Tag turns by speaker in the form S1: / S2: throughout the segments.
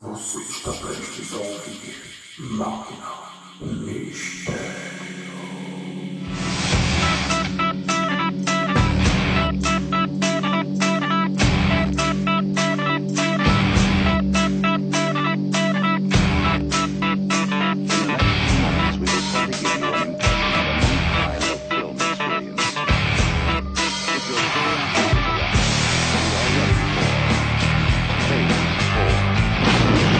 S1: Você está prestes a ouvir Máquina Mistério.
S2: moments, we will try to give you an impression of a nighttime of film experience. If you're still in time for that, we are ready for phase four.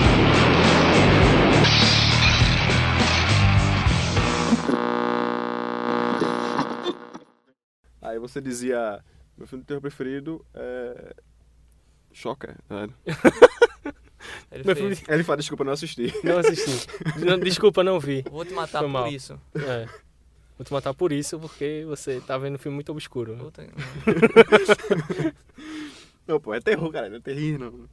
S3: Aí você dizia, meu filme de terror preferido é. Choca, tá ligado?
S4: Ele
S5: Meu
S4: fez.
S5: filme
S3: Aí Ele fala, desculpa, não assisti.
S5: Não assisti. Não, Desculpa, não vi.
S4: Vou te matar
S5: Foi
S4: por
S5: mal.
S4: isso.
S5: É. Vou te matar por isso, porque você tá vendo um filme muito obscuro. né?
S4: Puta-
S3: Não, pô, é terror, cara, não é terrir, não.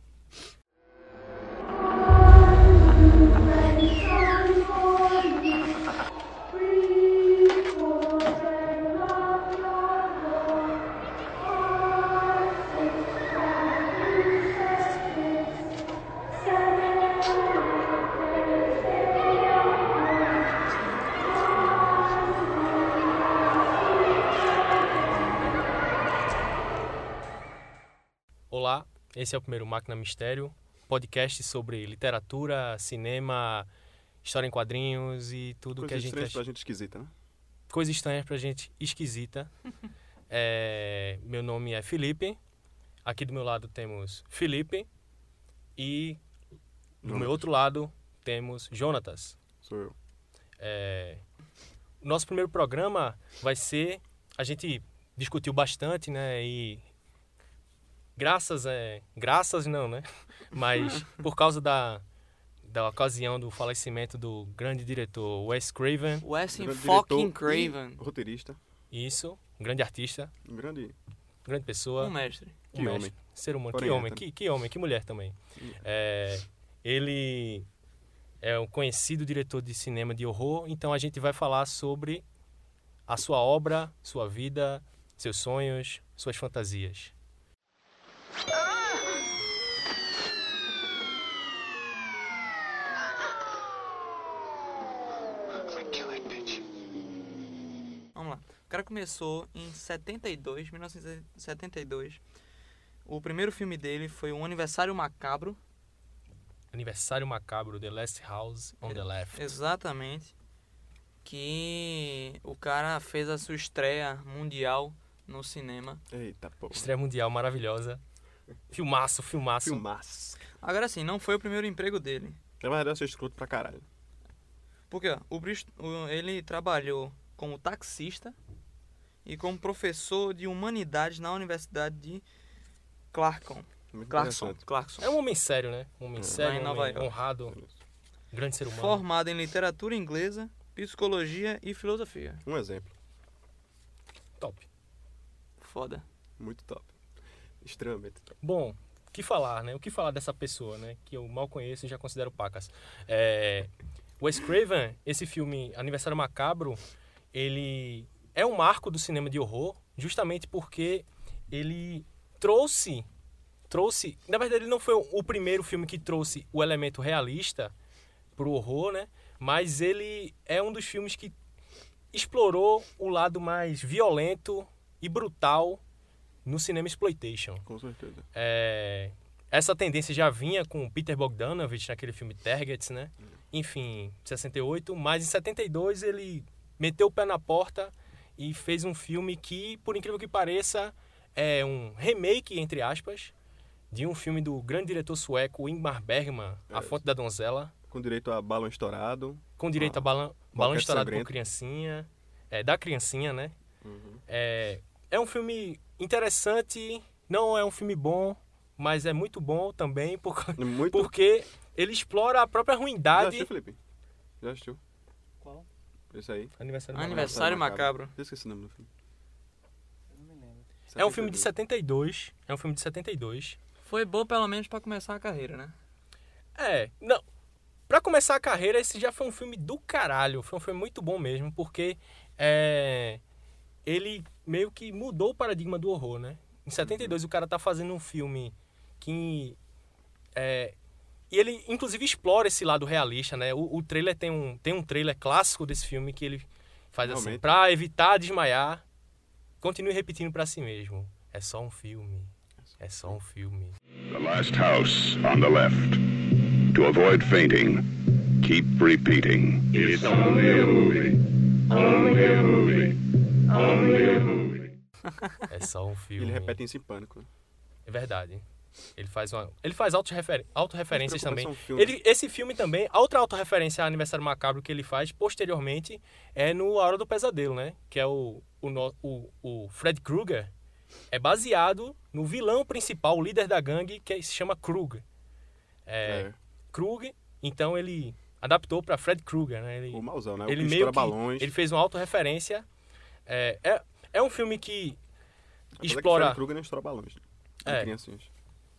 S5: Olá, esse é o primeiro Máquina Mistério, podcast sobre literatura, cinema, história em quadrinhos e tudo que
S3: Coisa
S5: a gente
S3: estranha pra
S5: acha.
S3: gente esquisita, né?
S5: Coisa estranha pra gente, esquisita. É, meu nome é Felipe. Aqui do meu lado temos Felipe. E do meu outro lado temos Jonatas.
S3: Sou eu.
S5: É, o nosso primeiro programa vai ser. A gente discutiu bastante, né? E graças é graças não, né? Mas por causa da da ocasião do falecimento do grande diretor Wes Craven,
S4: Wes
S3: Um Grande
S4: fucking
S3: diretor e
S4: Craven.
S3: Roteirista,
S5: isso, um grande artista,
S3: um grande.
S5: grande pessoa,
S4: Um mestre.
S3: Que
S5: mestre,
S3: homem.
S5: ser humano,
S3: Porém,
S5: que
S3: né,
S5: homem,
S3: também.
S5: que, que homem, que mulher também. É, ele é um conhecido diretor de cinema de horror, então a gente vai falar sobre a sua obra, sua vida, seus sonhos, suas fantasias.
S4: Vamos lá. O cara começou em 72, 1972. O primeiro filme dele foi Um Aniversário Macabro.
S5: Aniversário macabro, The Last House on the Left.
S4: Exatamente. Que o cara fez a sua estreia mundial no cinema.
S3: Eita, pô.
S5: Estreia mundial maravilhosa. Filmaço, filmaço.
S3: Filmaço.
S4: Agora sim, não foi o primeiro emprego dele.
S3: Na verdade, eu sou escroto pra caralho.
S4: Porque ó, o Brist o- ele trabalhou como taxista e como professor de humanidades na Universidade de Clarkson.
S3: Muito
S4: Clarkson,
S3: interessante.
S4: Clarkson.
S5: É um homem sério, né? Um homem sério,
S4: Lá em
S5: um
S4: Nova
S5: homem
S4: York.
S5: honrado, grande ser humano.
S4: Formado em literatura inglesa, psicologia e filosofia.
S3: Um exemplo.
S5: Top.
S4: Foda.
S3: Muito top. Extremamente top.
S5: Bom, o que falar, né? O que falar dessa pessoa, né? Que eu mal conheço e já considero pacas. É... Wes Craven, esse filme Aniversário Macabro, ele é um marco do cinema de horror, justamente porque ele trouxe trouxe, na verdade ele não foi o primeiro filme que trouxe o elemento realista pro horror, né? Mas ele é um dos filmes que explorou o lado mais violento e brutal no cinema exploitation.
S3: Com certeza.
S5: É, essa tendência já vinha com o Peter Bogdanovich naquele filme Targets, né? Enfim, 68, mas em 72 ele meteu o pé na porta e fez um filme que, por incrível que pareça, é um remake, entre aspas, de um filme do grande diretor sueco Ingmar Bergman, A
S3: É.
S5: Fonte da Donzela,
S3: Com direito a balão estourado.
S5: com direito
S3: Ah,
S5: a balão, balão
S3: Boquete
S5: estourado por
S3: Sangrento. Uhum.
S5: criancinha, é, da criancinha, né? É, é um filme interessante, não é um filme bom, mas é muito bom também por, causa-
S3: É Muito.
S5: porque ele explora a própria
S3: Já
S5: ruindade.
S3: assistiu, Felipe? Já assistiu?
S4: Qual?
S3: Isso aí.
S5: Aniversário
S3: Ah,
S4: Aniversário.
S5: Macabro.
S4: Macabro.
S3: Eu esqueci o nome do filme. Eu não me lembro.
S5: É um filme de 72, é um filme de 72.
S4: Foi bom pelo menos pra começar a carreira, né?
S5: É, não. Pra começar a carreira, esse já foi um filme do caralho. Foi um filme muito bom mesmo, porque é, ele meio que mudou o paradigma do horror, né? Em 72 o cara tá fazendo um filme que é, E ele, inclusive, explora esse lado realista, né? O, o trailer tem um, tem um trailer clássico desse filme que ele faz assim,
S3: Realmente.
S5: pra evitar desmaiar, continue repetindo pra si mesmo. É só um filme. É só um filme.
S2: The last house on the left. To avoid fainting, keep repeating. It's only a movie. Only a movie. Only a movie.
S5: É só um filme.
S3: Ele repete isso em pânico. né?
S5: É verdade. Ele faz uma. Ele faz autorrefer- autorreferências
S3: Mas preocupa,
S5: também.
S3: são filmes.
S5: Ele, esse filme também, a outra autorreferência a Aniversário Macabro que ele faz posteriormente é no A Hora do Pesadelo, né? Que é o, o, no- o, o Fred Krueger. É baseado no vilão principal, o líder da gangue, que se chama Krueger. É,
S3: É.
S5: Krueger, então ele adaptou para Fred Krueger, né? Ele,
S3: O mauzão, né? O
S5: ele
S3: que
S5: meio
S3: estoura
S5: que-
S3: balões.
S5: Ele fez uma autorreferência. É, é, é um filme que
S3: Apesar que um o
S5: explora.
S3: Freddy Krueger não estoura balões. né? Em
S5: É.
S3: criancinhas.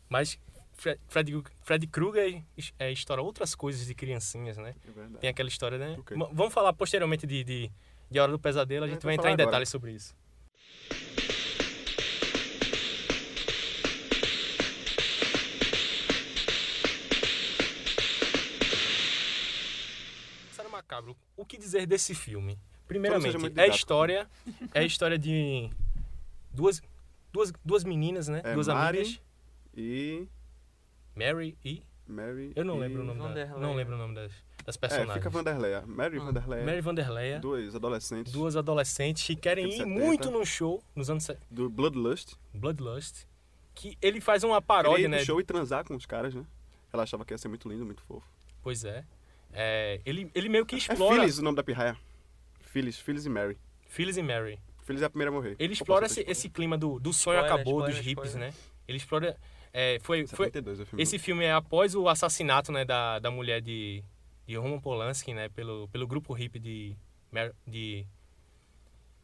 S5: Mas Fred, Fred, Fred Krueger é, estoura outras coisas de criancinhas, né?
S3: É verdade.
S5: Tem aquela história, né?
S3: Ok.
S5: M- Vamos falar posteriormente de, de, de Hora do Pesadelo, a gente
S3: vai
S5: vai entrar em
S3: falar agora.
S5: detalhes sobre isso. Aniversário Macabro, o que dizer desse filme? Primeiramente,
S3: Então, muito
S5: é a
S3: didático.
S5: história, é a história de duas, duas, duas meninas, né?
S3: É
S5: duas
S3: Mari-
S5: amigas,
S3: E
S5: Mary e
S3: Mary...
S5: eu não
S3: e-
S5: lembro o nome da,
S4: Vanderleia.
S5: não lembro o nome das, das
S3: É,
S5: personagens.
S3: fica Vanderleia. Mary
S4: Ah,
S3: Vanderleia.
S5: Mary Vanderleia,
S3: Dois adolescentes.
S5: duas adolescentes que querem
S3: Anos
S5: ir
S3: 70.
S5: muito num show nos anos se-
S3: Do Bloodlust.
S5: Bloodlust, que ele faz uma
S3: Queria
S5: paródia,
S3: ir
S5: né?
S3: pro é show e transar com os caras, né? Ela achava que ia ser muito lindo, muito fofo.
S5: Pois é. É, ele, ele meio que
S3: É
S5: explora
S3: Phyllis o nome da pirraia. Phyllis, Phyllis e Mary.
S5: Phyllis e Mary.
S3: Phyllis é a primeira a morrer. Opa,
S5: Ele explora
S3: você
S5: esse,
S3: tá
S5: esse clima do, do sonho
S4: Spoiler,
S5: acabou dos
S4: spoiler,
S5: hippies,
S4: spoiler.
S5: né? Ele explora é, foi
S3: expondo.
S5: foi
S3: 72 é o filme.
S5: esse filme é após o assassinato, né, da, da mulher de de Roman Polanski, né, pelo pelo grupo hippie de Mar- de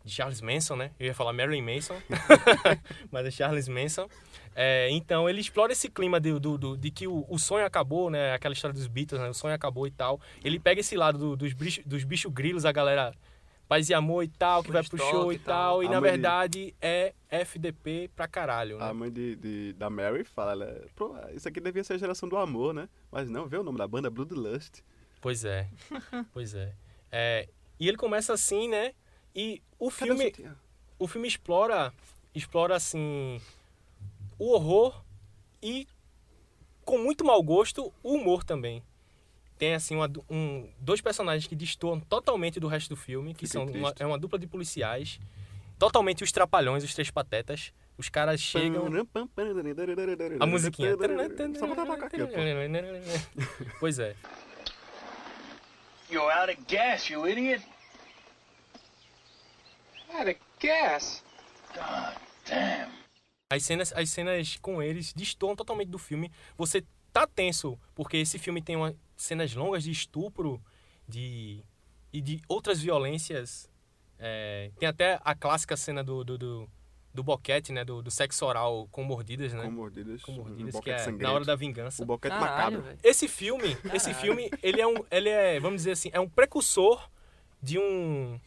S5: de Charles Manson, né? Eu ia falar Marilyn Manson, mas é Charles Manson. É, então ele explora esse clima de, do, do- de que o, o sonho acabou, né? Aquela história dos Beatles, né? O sonho acabou e tal. Ele pega esse lado do- dos, bicho, dos bicho grilos, a galera paz e amor e tal, que vai pro
S4: Woodstock
S5: show e
S4: e tal.
S5: tal. E
S3: A
S5: na
S3: mãe-
S5: verdade é FDP pra caralho, né?
S3: A mãe de, de- da Mary fala, ela, Pô, isso aqui devia ser a geração do amor, né? Mas não, vê o nome da banda, Bloodlust.
S5: Pois é, pois é. É, E ele começa assim, né? E
S3: Cadê o
S5: o filme,
S3: sutiã?
S5: o filme explora, explora assim, o horror e, com muito mau gosto, o humor também. Tem assim uma du- um, dois personagens que destoam totalmente do resto do filme, que
S3: Fiquei
S5: são uma,
S3: triste.
S5: é uma dupla de policiais, totalmente os trapalhões, os três patetas. Os caras
S3: um
S5: chegam, um a musiquinha.
S3: Só botar pra cá aqui, ó, pô.
S5: Pois é.
S6: You're out of gas, you idiot. Out of gas? God damn.
S5: As cenas, as cenas com eles destoam totalmente do filme. Você tá tenso, porque esse filme tem uma, cenas longas de estupro de, e de outras violências. É, tem até a clássica cena do, do, do, do boquete, né? Do, do sexo oral com mordidas, né?
S3: Com mordidas.
S5: Com
S3: um
S5: mordidas, que
S3: boquete
S5: é
S3: sangrento.
S5: na hora da vingança.
S3: O boquete
S4: Caralho,
S3: macabro.
S4: velho.
S5: Esse filme, esse filme, ele é um, ele é, vamos dizer assim, é um precursor de um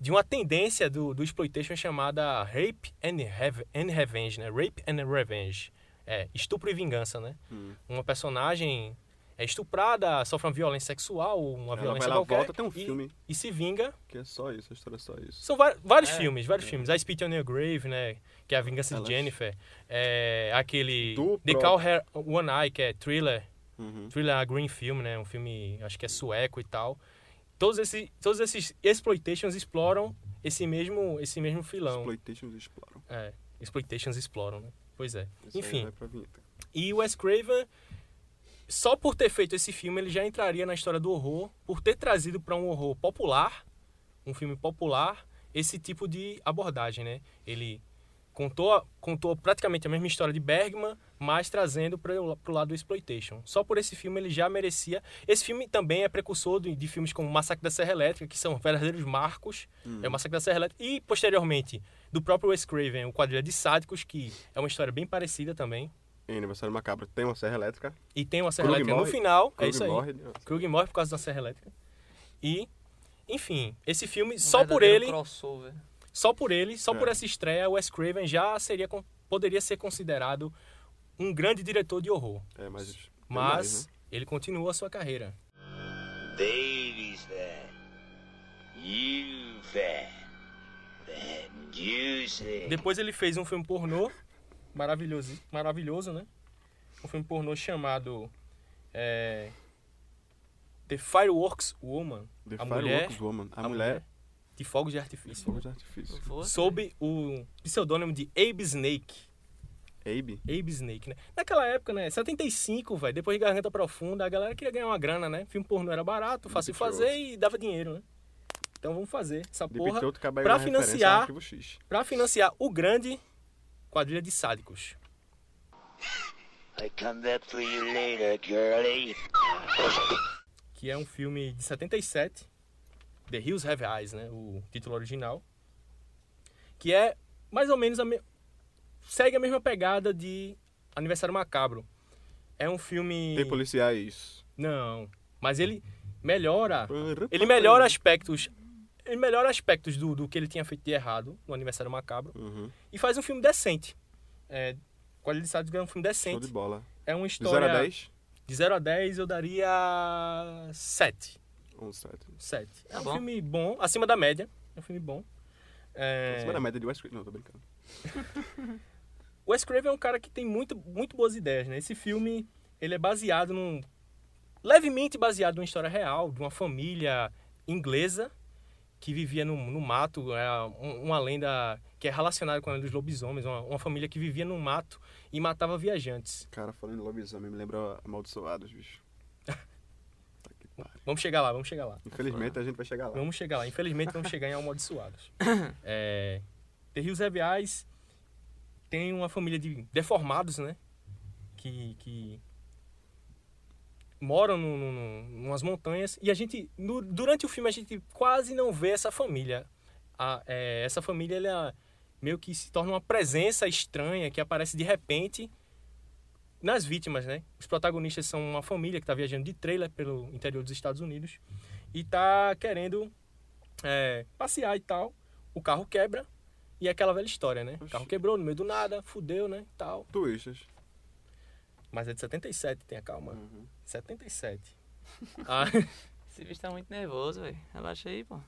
S5: de uma tendência do, do exploitation chamada rape and, Reve- and revenge, né? Rape and revenge, é estupro e vingança, né?
S3: Hum.
S5: Uma personagem é estuprada, sofre uma violência sexual, uma
S3: Ela
S5: violência
S3: vai lá,
S5: qualquer,
S3: volta, tem um
S5: e-
S3: filme.
S5: e se vinga
S3: Que é só isso, a história é só isso.
S5: são va- vários
S4: É.
S5: filmes, vários filmes. A Spit on Your Grave, né? Que é a Vingança
S3: Elas-
S5: de Jennifer. É, aquele.
S3: Do
S5: The
S3: próprio-
S5: Call Her One Eye, que é thriller.
S3: Uhum.
S5: Thriller é a Green Film, né? Um filme, acho que é sueco e tal. Todos, esse, todos esses exploitations exploram esse mesmo, esse mesmo filão.
S3: Exploitations exploram.
S5: É, exploitations exploram, né? Pois é.
S3: Isso aí
S5: Enfim.
S3: vai pra vinheta.
S5: E o Wes Craven, só por ter feito esse filme, ele já entraria na história do horror, por ter trazido para um horror popular, um filme popular, esse tipo de abordagem, né? Ele contou, contou praticamente a mesma história de Bergman, mas trazendo para o lado do exploitation. Só por esse filme ele já merecia. Esse filme também é precursor de, de filmes como Massacre da Serra Elétrica, que são verdadeiros marcos. É o Massacre da Serra Elétrica. E, posteriormente, do próprio Wes Craven, o Quadrilha de Sádicos, que é uma história bem parecida também.
S3: Em aniversário macabro tem uma serra elétrica.
S5: E tem uma serra
S3: Krug
S5: elétrica
S3: morre.
S5: no final. é
S3: Krug
S5: isso aí.
S3: morre. né?
S5: Krug morre por causa da serra elétrica. E, enfim, esse filme, só por
S4: verdadeiro
S5: ele,
S4: crossover.
S5: só por ele, só
S3: É.
S5: por essa estreia, o Wes Craven já seria, con- poderia ser considerado um grande diretor de horror.
S3: É, mas.
S5: Mas
S3: né?
S5: ele continuou a sua carreira.
S7: Baby's fat. You fat. Fat juicy.
S5: Depois ele fez um filme pornô maravilhoso, maravilhoso né? Um filme pornô chamado é, The Fireworks Woman.
S3: né? The
S5: a mulher
S3: Fireworks Woman. A,
S5: a
S3: mulher.
S5: de fogos de artifício.
S3: Fogo de artifício.
S4: Foi?
S5: Sob o pseudônimo de Abe Snake. Uhum.
S3: Abe?
S5: Abe Snake, né? Naquela época, né? 75, velho. Depois de Garganta Profunda, a galera queria ganhar uma grana, né? Filme pornô era barato, fácil
S3: Deep
S5: de fazer e dava dinheiro, né? Então vamos fazer essa
S3: De
S5: porra
S3: outro cabelo
S5: pra
S3: na referência ao
S5: financiar-
S3: Arquivo X.
S5: pra financiar o grande quadrilha de sádicos.
S7: I come back for you later, girlie.
S5: que é um filme de 77, The Hills Have Eyes, né, o título original, que é mais ou menos a me... segue a mesma pegada de Aniversário Macabro. É um filme
S3: Tem é policiais.
S5: Não, mas ele melhora, ele melhora aspectos, ele melhora aspectos do, do que ele tinha feito de errado no Aniversário Macabro
S3: Uhum.
S5: e faz um filme decente. É, Qualidade de Sábado é um
S3: Show
S5: filme
S3: de
S5: decente.
S3: bola.
S5: É uma
S3: De 0
S5: história
S3: a 10?
S5: de 0 a 10 eu daria 7.
S3: 11, 7.
S5: 7. É
S4: Tá
S5: um
S4: bom.
S5: filme bom, acima da média. É um filme bom. É,
S3: Acima da média de West Creek. Não, tô brincando.
S5: O Wes Craven é um cara que tem muito, muito boas ideias, né? Esse filme, ele é baseado num... Levemente baseado numa história real, de uma família inglesa que vivia no, no mato. É um- uma lenda que é relacionada com a lenda dos lobisomens. Uma, uma família que vivia no mato e matava viajantes.
S3: Cara, falando de lobisomem, me lembra Amaldiçoados, bicho. Tá que pariu.
S5: Vamos chegar lá, vamos chegar
S3: É
S5: lá.
S3: Infelizmente, a gente vai chegar lá.
S5: Vamos chegar lá. Infelizmente, vamos chegar em Amaldiçoados. é, The Rios Reviais tem uma família de deformados, né? Que, que moram no, no- no- numas montanhas. E a gente, no- durante o filme, a gente quase não vê essa família. A- é, essa família, ela meio que se torna uma presença estranha que aparece de repente nas vítimas, né? Os protagonistas são uma família que está viajando de trailer pelo interior dos Estados Unidos e tá querendo é, passear e tal. O carro quebra e é aquela velha história, né? O carro
S3: Oxi.
S5: quebrou no meio do nada, fudeu, né? e Tal.
S3: Tuístas.
S5: Mas é de 77, tenha calma.
S3: Uhum.
S5: 77. Ah,
S4: Esse bicho tá muito nervoso, velho. Relaxa aí, pô.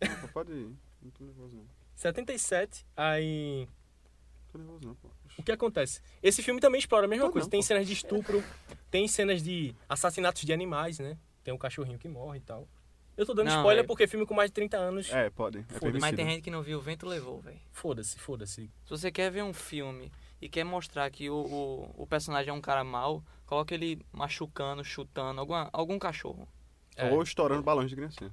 S3: É Não, pode ir. Não tô nervoso, não.
S5: 77, aí.
S3: Não tô nervoso, não, pô.
S5: O que acontece? Esse filme também explora a mesma
S3: Tô
S5: coisa.
S3: não,
S5: tem
S3: pô.
S5: cenas de estupro, tem cenas de assassinatos de animais, né? Tem um cachorrinho que morre e tal. Eu tô dando
S4: Não,
S5: spoiler
S4: velho.
S5: porque é filme com mais de 30 anos.
S3: É, pode. É
S4: Mas
S5: Foda-se.
S3: permitido.
S4: tem gente que não viu, o vento levou, velho.
S5: Foda-se, foda-se.
S4: Se você quer ver um filme e quer mostrar que o, o, o personagem é um cara mau, coloca ele machucando, chutando alguma, algum cachorro.
S5: É.
S3: Ou estourando balões de criancinha.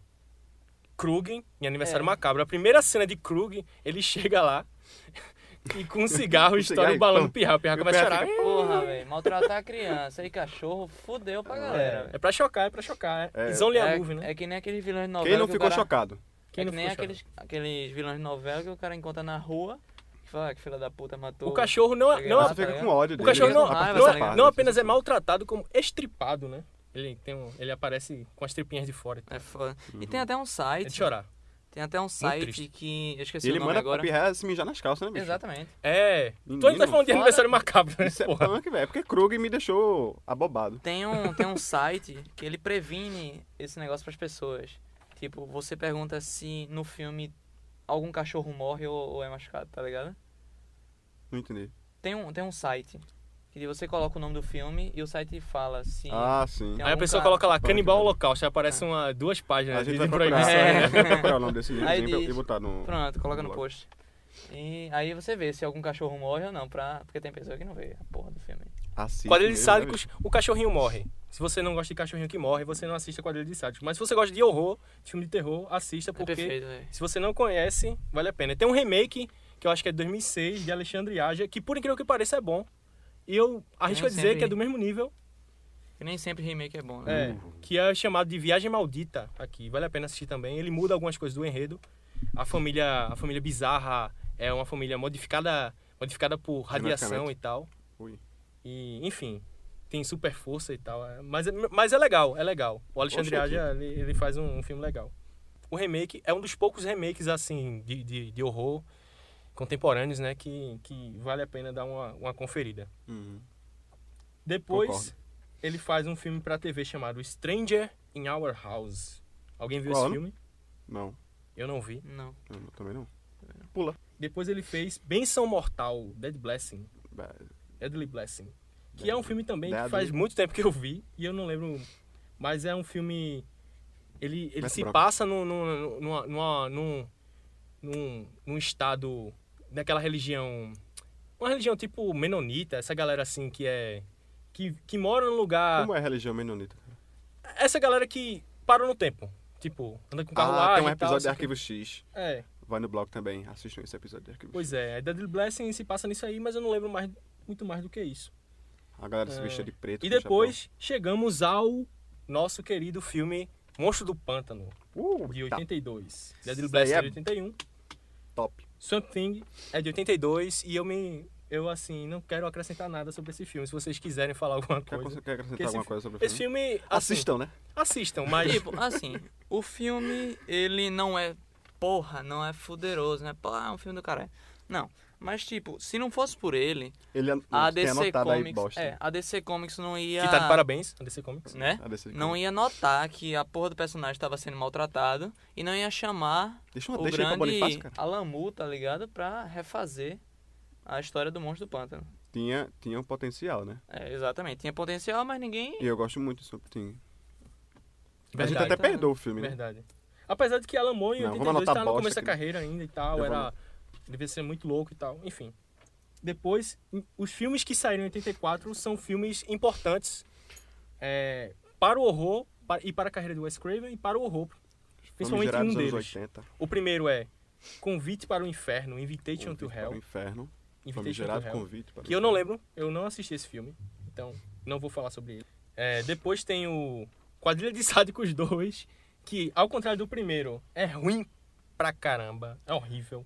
S5: Krug em Aniversário
S4: É.
S5: Macabro. A primeira cena de Krug, ele chega lá e com um cigarro
S3: Um cigarro
S5: estoura o
S3: e
S5: balão
S3: pum.
S5: do pirra. O pirra
S3: E o
S5: começa a
S3: pirra
S5: chorar.
S4: Porra, velho. Maltratar a criança e cachorro, fudeu pra galera,
S5: É, é
S4: velho.
S5: pra chocar, é pra chocar. É,
S3: né? É.
S5: It's only a
S4: É-
S5: movie, né?
S4: é que nem aquele vilão de novela.
S3: Quem não
S4: que o
S3: ficou
S4: cara-
S3: chocado?
S5: Quem
S4: é que
S5: não
S4: nem
S5: ficou
S4: aqueles, aqueles vilões de novela que o cara encontra na rua e fala "Ah, que filha da puta matou.
S5: O cachorro não, é-
S4: Tá
S5: não,
S4: ligado?
S5: é-
S3: Você fica
S4: tá
S3: com ódio
S5: o
S3: dele.
S5: cachorro não,
S3: A partir
S4: raiva,
S5: não,
S3: da
S4: tá
S5: é-
S4: ligado?
S5: não
S3: parte.
S5: apenas é maltratado, como estripado, né? Ele, tem um, ele aparece com as tripinhas de fora. e tal.
S4: É foda. E tem até um
S5: É de
S4: site.
S5: chorar.
S4: tem até um
S5: triste.
S4: site que. Eu esqueci
S3: E
S5: né,
S3: ele
S4: o nome
S3: manda pra
S4: agora.
S3: pirra se mijar nas calças, né, bicho?
S4: Exatamente.
S5: É. Tu ainda
S3: Menino,
S5: tá falando de
S4: fora-
S5: aniversário macabro, né?
S3: Isso é
S5: porra?
S3: punk, velho. Porque Krug me deixou abobado.
S4: Tem um, tem um site que ele previne esse negócio pras pessoas. Tipo, você pergunta se no filme algum cachorro morre ou, ou é machucado, tá ligado?
S3: Não entendi.
S4: Tem um, tem um site que você coloca o nome do filme e o site fala se.
S3: Ah, sim.
S4: Tem
S5: Aí a
S4: algum
S5: pessoa
S4: cara-
S5: coloca lá,
S3: Punk,
S5: canibal
S3: velho.
S5: holocausto. Aí aparecem uma- duas páginas
S3: É. A gente
S5: de
S3: vai procurar,
S5: proibição.
S4: É.
S3: a gente vai procurar o nome desse livro
S4: Aí
S3: e
S4: diz-
S3: botar no.
S4: Pronto, coloca no
S3: blog.
S4: post. E aí você vê se algum cachorro morre ou não, pra... porque tem pessoa que não vê a porra do filme.
S3: Assiste
S5: Quadrilha de
S3: mesmo, né,
S5: sádicos, o cachorrinho morre. Se você não gosta de cachorrinho que morre, você não assista Quadrilha de Sádicos. Mas se você gosta de horror, de filme de terror, assista,
S4: É
S5: porque
S4: perfeito, velho.
S5: se você não conhece, vale a pena. Tem um remake, que eu acho que é de 2006, de Alexandre Aja, que por incrível que pareça é bom. E eu arrisco
S4: Nem
S5: a dizer
S4: sempre-
S5: que é do mesmo nível,
S4: Que nem sempre remake é bom, né?
S5: é, que é chamado de Viagem Maldita aqui. Vale a pena assistir também. Ele muda algumas coisas do enredo. A família, a família bizarra é uma família modificada, modificada por radiação
S3: Geneticamente.
S5: e tal.
S3: Ui.
S5: E, enfim, tem super força e tal. é- Mas, é- mas é legal, é legal. O Alexandre
S3: Poxa,
S5: Aja, ele, ele faz um, um filme legal. O remake é um dos poucos remakes, assim, de, de, de horror contemporâneos, né? Que, que vale a pena dar uma, uma conferida.
S3: Uhum.
S5: Depois,
S3: Concordo.
S5: ele faz um filme pra TV chamado Stranger in Our House. Alguém viu
S3: Qual
S5: esse
S3: ano?
S5: filme?
S3: Não,
S5: Eu não vi.
S4: Não.
S3: eu não- também não.
S5: Depois ele fez Benção Mortal, Dead Blessing.
S3: Bah,
S5: Deadly Blessing. Que é um filme também que
S3: Deadly.
S5: faz muito tempo que eu vi e eu não lembro. Mas é um filme. Ele, ele
S3: Mete
S5: se
S3: bronca.
S5: passa num, num, numa- numa- num, num, num estado. daquela religião. Uma religião tipo menonita, essa galera assim que é. que, que mora num lugar.
S3: Como é a religião menonita?
S5: Essa galera que parou no tempo. Tipo, anda com carro
S3: ah,
S5: lá.
S3: tem um
S5: e tal,
S3: episódio de
S5: assim.
S3: Arquivo X.
S5: É,
S3: Vai no blog também, assistam esse episódio de Arquivo X.
S5: pois é. Deadly Blessing se passa nisso aí, mas eu não lembro mais, muito mais do que isso.
S3: A galera se
S5: É.
S3: vestia de preto.
S5: E
S3: com
S5: depois chegamos ao nosso querido filme Monstro do Pântano,
S3: chapéu. Uh,
S5: de
S3: tá
S5: 82. Deadly
S3: Isso
S5: Blast
S3: aí
S5: é
S3: é
S5: de 81.
S3: top.
S5: Something é de 82. E eu me. Eu assim, não quero acrescentar nada sobre esse filme. Se vocês quiserem falar alguma
S3: Quer,
S5: coisa.
S3: quer acrescentar
S5: é. Porque esse
S3: alguma
S5: fi-
S3: coisa sobre o
S5: Esse
S3: filme?
S5: filme. assim,
S3: Assistam, né?
S5: Assistam, mas.
S4: Tipo, assim, o filme, ele não é porra, não é fuderoso, né? Pô, é um filme do caralho. Não. Mas, tipo, se não fosse por ele,
S3: Ele an-
S4: a
S3: tem
S4: DC
S3: é anotado aí
S4: Comics.
S3: bosta.
S4: É, a DC Comics não ia.
S5: Que tá de parabéns, a DC Comics.
S4: Né?
S3: A DC
S4: Não
S3: Comics.
S4: ia notar que a porra do personagem estava sendo maltratado e não ia chamar
S3: Deixa uma
S4: o
S3: deixa aí pra Bonifácio, cara.
S4: grande Alamu, tá ligado? Pra refazer a história do Monstro do Pântano.
S3: Tinha, tinha um potencial, né?
S4: É, exatamente. Tinha potencial, mas ninguém.
S3: E eu gosto muito de Something. A gente
S5: Verdade.
S3: até perdoou o filme, né?
S5: Verdade. Apesar de que Alan Moore em
S3: Não, vamos
S5: 82
S3: anotar
S5: tava tá no
S3: bosta
S5: começo da
S3: aqui.
S5: carreira ainda e tal,
S3: Eu
S5: era
S3: vou-
S5: devia ser muito louco e tal, enfim. Depois, em- os filmes que saíram em 84 são filmes importantes é, para o horror pa- e para a carreira do Wes Craven e para o horror. Principalmente
S3: Famigerados
S5: um
S3: anos
S5: deles.
S3: 80.
S5: O primeiro é Convite para o Inferno, Invitation
S3: Convite
S5: to
S3: para o
S5: Hell,
S3: inferno.
S5: Invitation to
S3: Famigerado
S5: Hell,
S3: convite. Para o
S5: que eu não
S3: inferno.
S5: lembro, eu não assisti esse filme, então não vou falar sobre ele. É, depois tem o Quadrilha de Sádicos 2, que ao contrário do primeiro, é ruim pra caramba, é horrível.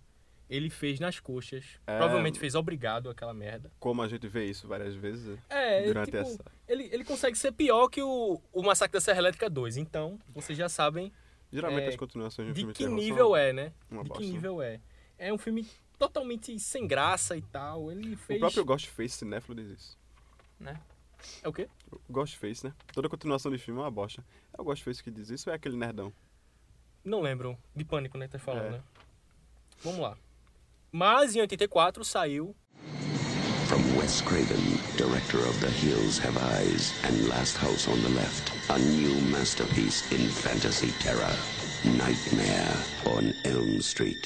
S5: Ele fez nas coxas,
S3: É.
S5: provavelmente fez obrigado aquela merda.
S3: Como a gente vê isso várias vezes né?
S5: É,
S3: durante
S5: tipo,
S3: essa.
S5: ele, ele consegue ser pior que o, o Massacre da Serra Elétrica 2, então vocês já sabem
S3: Geralmente
S5: é,
S3: as continuações de um
S5: de
S3: filme
S5: que
S3: terror são
S5: nível é, né?
S3: uma
S5: De que
S3: bosta, né?
S5: nível é. É um filme totalmente sem graça e tal, ele fez...
S3: O próprio Ghostface Cinéfilo diz isso.
S5: É o quê?
S3: O Ghostface, né? Toda continuação de filme é uma bosta. É o Ghostface que diz isso ou é aquele nerdão?
S5: Não lembro. De pânico, né? Tá falando,
S3: É.
S5: né? Vamos lá. Mas em 84 saiu.
S2: From Wes Craven, director of The Hills Have Eyes and Last House on the Left, a new masterpiece in fantasy terror, Nightmare on Elm Street.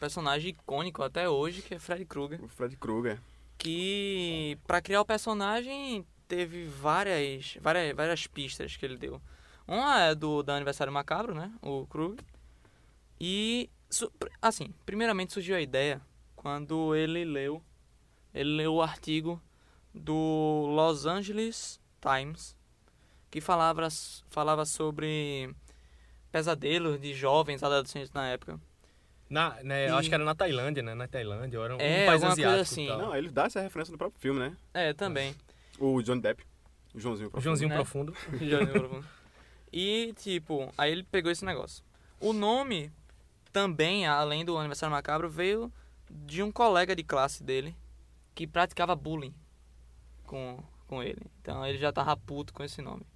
S4: personagem icônico até hoje, que é Freddy Krueger.
S3: O Fred Krueger.
S4: que pra criar o personagem teve várias, várias várias pistas que ele deu. Uma é do da Aniversário Macabro, né? O Krug. E su- pr- assim, primeiramente surgiu a ideia quando ele leu ele leu o artigo do Los Angeles Times que falava s- falava sobre pesadelos de jovens adolescentes na época.
S5: Na, né,
S4: E-
S5: Acho que era na Tailândia, né? Na Tailândia, ou era um
S4: É,
S5: país
S4: alguma coisa
S5: asiático.
S4: assim.
S5: e tal.
S3: Não, ele dá essa referência no próprio filme, né?
S4: É, também.
S3: O Johnny Depp. O Joãozinho
S5: O
S3: Profundo.
S5: Um Joãozinho
S4: Né?
S5: Profundo.
S4: Já lembro profundo. E, tipo, aí ele pegou esse negócio. O nome, também, além do Aniversário Macabro, veio de um colega de classe dele que praticava bullying com, com ele. Então ele já tava puto com esse nome.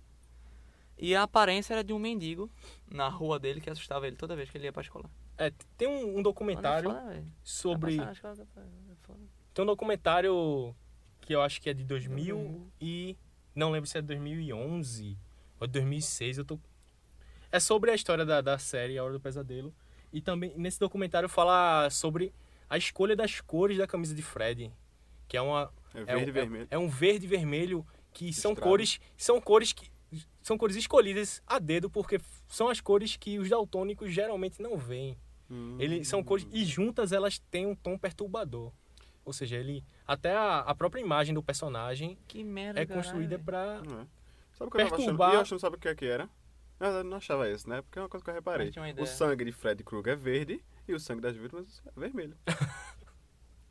S4: E a aparência era de um mendigo na rua dele que assustava ele toda vez que ele ia pra escola.
S5: É, tem um, um documentário sobre. Tem um documentário que eu acho que é de 2000 e. Não lembro se é de 2011 ou de 2006. Eu tô. É sobre a história da, da série A Hora do Pesadelo. E também nesse documentário fala sobre a escolha das cores da camisa de Fred. Que é uma.
S3: É
S5: é um-
S3: verde e vermelho.
S5: É, é um verde e vermelho que são
S3: Listrado.
S5: cores. São cores que. São cores escolhidas a dedo, porque são as cores que os daltônicos geralmente não veem.
S3: Hum.
S5: Ele, são cores e juntas elas têm um tom perturbador. Ou seja, ele até a, a própria imagem do personagem
S4: Que né? merda.
S5: é construída pra
S3: Não é. Sabe o que eu tava achando?
S5: Perturbar-
S3: E eu achando, sabe o que é que era? Na verdade, eu não achava isso, né? Porque é uma coisa que eu reparei.
S4: Mas tinha uma
S3: O
S4: ideia.
S3: sangue de Fred Krueger é verde e o sangue das vítimas é vermelho.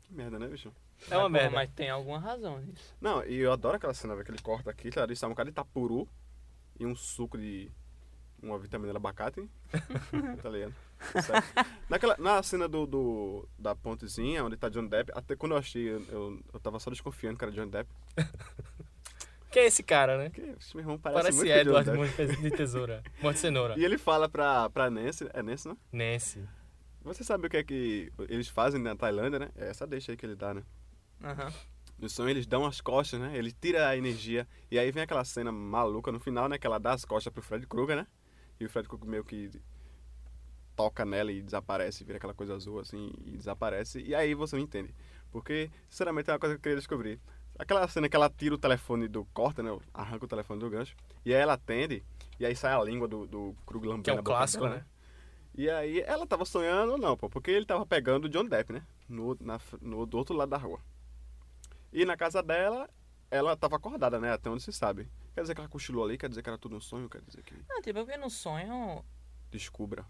S3: que merda, né, bicho?
S5: é uma merda.
S4: Mas tem alguma razão nisso.
S3: Não, e eu adoro aquela cena, velho, que ele corta aqui, claro, isso é um cara de tapuru e um suco de. uma vitamina de abacate. tá ligado? Certo. Naquela, na cena do, do- da pontezinha, onde tá John Depp, até quando eu achei, eu, eu, eu tava só desconfiando que era John Depp.
S5: Quem é esse cara, né?
S3: Que, meu irmão parece,
S5: Parece,
S3: muito
S5: Edward
S3: Johnny Depp.
S5: Mão de Tesoura. Mão de Cenoura.
S3: E ele fala pra, pra Nancy, é Nancy, né?
S5: Nancy.
S3: Você sabe o que é que eles fazem na Tailândia, né? É essa deixa aí que ele dá, né?
S4: Aham.
S3: No sonho eles dão as costas, né? Ele tira a energia. E aí vem aquela cena maluca no final, né? Que ela dá as costas pro Fred Krueger, né? E o Fred Krueger meio que toca nela e desaparece, vira aquela coisa azul assim e desaparece. E aí você não entende. Porque, sinceramente, é uma coisa que eu queria descobrir. Aquela cena que ela tira o telefone do corta, né? Arranca o telefone do gancho. E aí ela atende. E aí sai a língua do, do Krueger lambendo
S5: Que é um
S3: a boca
S5: clássico,
S3: dela,
S5: né?
S3: E aí ela tava sonhando ou não, pô. Porque ele tava pegando o John Depp, né? No, na, no, do outro lado da rua. E na casa dela, ela tava acordada, né? Até onde se sabe. Quer dizer que ela cochilou ali, quer dizer que era tudo um sonho, quer dizer que
S4: Não, tipo, é porque no sonho,
S3: descubra.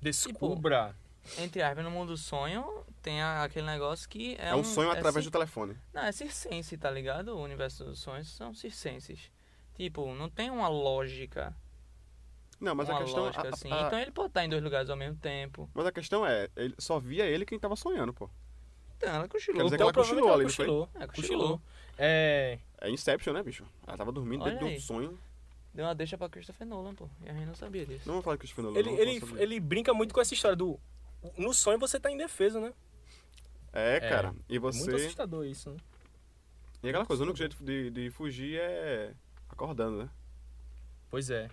S5: Descubra.
S4: entre aspas, no mundo do sonho, tem a- aquele negócio que é,
S3: É, um sonho
S4: é
S3: através
S4: cir-
S3: do telefone.
S4: Não, é circense, tá ligado? O universo dos sonhos são circenses. Tipo, não tem uma lógica,
S3: Não, mas
S4: uma
S3: a questão.
S4: lógica
S3: a-
S4: assim.
S3: a-
S4: Então ele pode estar em dois lugares ao mesmo tempo.
S3: Mas a questão é, ele, só via ele quem tava sonhando, pô.
S4: Então ela cochilou.
S3: Quer dizer que
S5: Então,
S3: ela cochilou ali,
S5: provavelmente
S3: não foi?
S4: É,
S5: ela cochilou. cochilou.
S4: cochilou.
S5: É,
S3: É Inception, né, bicho? Ela tava dormindo
S4: Olha
S3: dentro de
S4: aí.
S3: um sonho.
S4: Deu uma deixa pra Christopher Nolan, pô. E a gente não sabia disso.
S3: Não vou falar que o Christopher Nolan
S5: ele,
S3: não vou
S5: ele,
S3: falar sobre
S5: ele brinca muito com essa história do. No sonho você tá indefeso, né?
S3: É, cara. E
S5: Muito
S3: você.
S5: assustador isso, né?
S3: E aquela coisa, o único jeito de, de fugir é acordando, né?
S5: Pois é.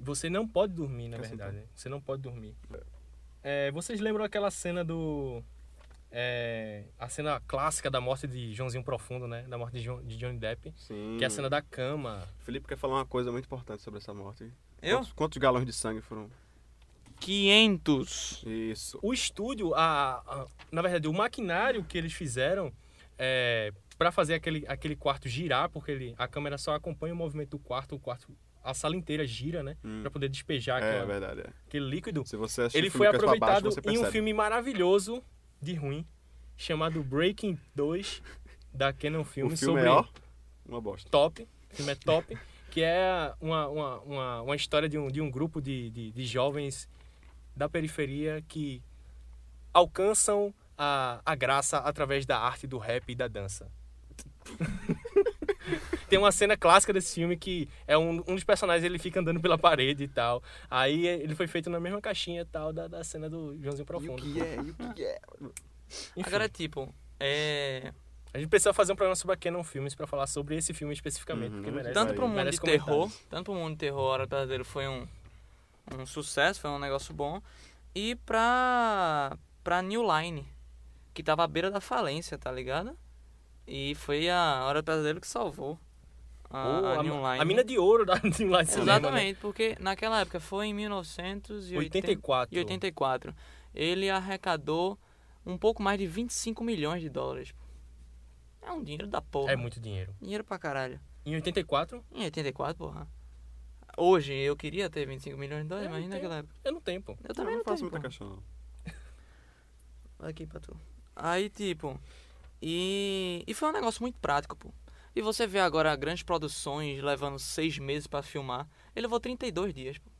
S5: Você não pode dormir, na
S3: Quer
S5: verdade. Você não pode dormir. É, vocês lembram aquela cena do. é, a cena clássica da morte de Joãozinho Profundo, né? Da morte de, Jo- de Johnny Depp.
S3: Sim.
S5: Que é a cena da cama.
S3: Felipe quer falar uma coisa muito importante sobre essa morte.
S4: Eu?
S3: Quantos, quantos galões de sangue foram?
S4: 500.
S3: Isso.
S5: O estúdio, a, a- na verdade, o maquinário que eles fizeram é, para fazer aquele, aquele quarto girar, porque ele, a câmera só acompanha o movimento do quarto, o quarto, a sala inteira gira, né? Pra poder despejar
S3: Hum. É,
S5: aquela-
S3: verdade. é.
S5: aquele líquido.
S3: Se você assistir
S5: Ele
S3: Felipe
S5: foi
S3: Cas pra
S5: aproveitado
S3: baixo, você
S5: em um
S3: percebe.
S5: filme maravilhoso de ruim, chamado Breaking 2, da Canon
S3: O
S5: Filmes,
S3: filme
S5: sobre
S3: é, ó, uma bosta.
S5: top, o filme é top, que é uma, uma, uma, uma história de um, de um grupo de, de, de jovens da periferia que alcançam a, a graça através da arte, do rap e da dança. Tem uma cena clássica desse filme que é um, um dos personagens, ele fica andando pela parede e tal. Aí ele foi feito na mesma caixinha e tal da, da cena do Joãozinho Profundo.
S3: é, e o que é?
S5: Enfim,
S4: Agora, tipo, é.
S5: a gente precisa fazer um programa sobre a Canon Filmes pra falar sobre esse filme especificamente, porque merece.
S4: tanto
S3: aí,
S4: pro mundo
S5: merece
S4: de terror,
S5: comentários.
S4: tanto pro mundo de terror, Hora do Pesadelo foi um, um sucesso, foi um negócio bom. E pra, pra New Line, que tava à beira da falência, tá ligado? E foi a Hora do Pesadelo que salvou a,
S5: Ou
S4: a
S5: a,
S4: New Line.
S5: a mina de ouro da New Line Cinema, né?
S4: Exatamente, porque naquela época foi em 1984.
S5: 84.
S4: E 84. Ele arrecadou um pouco mais de 25 milhões de dólares. É um dinheiro da porra.
S5: É muito dinheiro.
S4: Dinheiro pra caralho.
S5: Em 84,
S4: Em 84, porra. Hoje eu queria ter 25 milhões de dólares,
S5: Eu
S4: mas
S5: não
S4: naquela época.
S5: eu não tenho, pô.
S4: Eu
S3: Eu
S4: também
S3: não
S4: não,
S3: faço
S4: tenho,
S3: muita
S4: porra.
S3: questão, não.
S4: Aqui pra tu. Aí, tipo. E. E foi um negócio muito prático, pô. E você vê agora grandes produções levando seis meses pra filmar. Ele levou 32 dias, pô.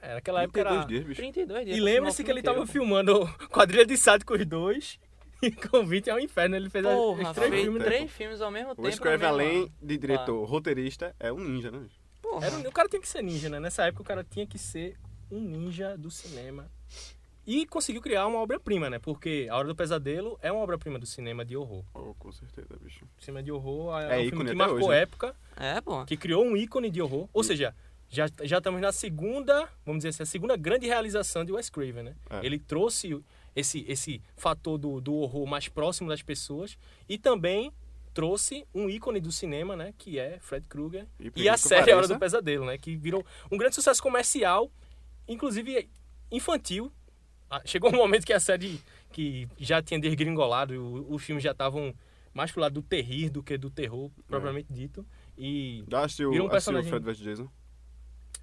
S5: É, naquela época era...
S3: 32 dias, bicho.
S4: 32 dias. pra
S5: E
S4: filmar
S5: lembre-se
S4: o
S5: que ele
S4: filme
S5: tava
S4: inteiro,
S5: filmando Quadrilha de Sádicos 2 e Convite ao é um Inferno. Ele fez as-
S4: pô. Porra,
S5: os três
S4: fez
S5: filmes. né,
S4: três filmes ao mesmo
S3: O
S4: tempo. né,
S3: Escreve
S4: na mesma-
S3: além de diretor, roteirista, é um ninja, né? bicho?
S4: Porra.
S5: Era um- o cara tinha que ser ninja, né? Nessa época o cara tinha que ser um ninja do cinema. E conseguiu criar uma obra-prima, né? Porque A Hora do Pesadelo é uma obra-prima do cinema de horror.
S3: Oh, com certeza, bicho.
S5: O cinema de horror
S3: É
S5: é, um filme
S3: ícone
S5: que
S3: até
S5: marcou
S3: hoje, né?
S5: época.
S4: É, pô.
S5: que criou um ícone de horror. Ou seja, já, já estamos na segunda, vamos dizer assim, a segunda grande realização de Wes Craven, né?
S3: É.
S5: Ele trouxe esse, esse fator do, do horror mais próximo das pessoas e também trouxe um ícone do cinema, né? Que é Fred Krueger.
S3: E por
S5: E,
S3: incrível
S5: a
S3: que
S5: série A Hora
S3: pareça-
S5: do Pesadelo, né? Que virou um grande sucesso comercial, inclusive infantil. Ah, Chegou um momento que a série que já tinha desgringolado, e o- os filmes já estavam mais pro lado do terrir do que do terror,
S3: É.
S5: propriamente dito. E
S3: Já assistiu,
S5: Vira um
S3: assistiu
S5: personagem-
S3: Fred vs. Jason?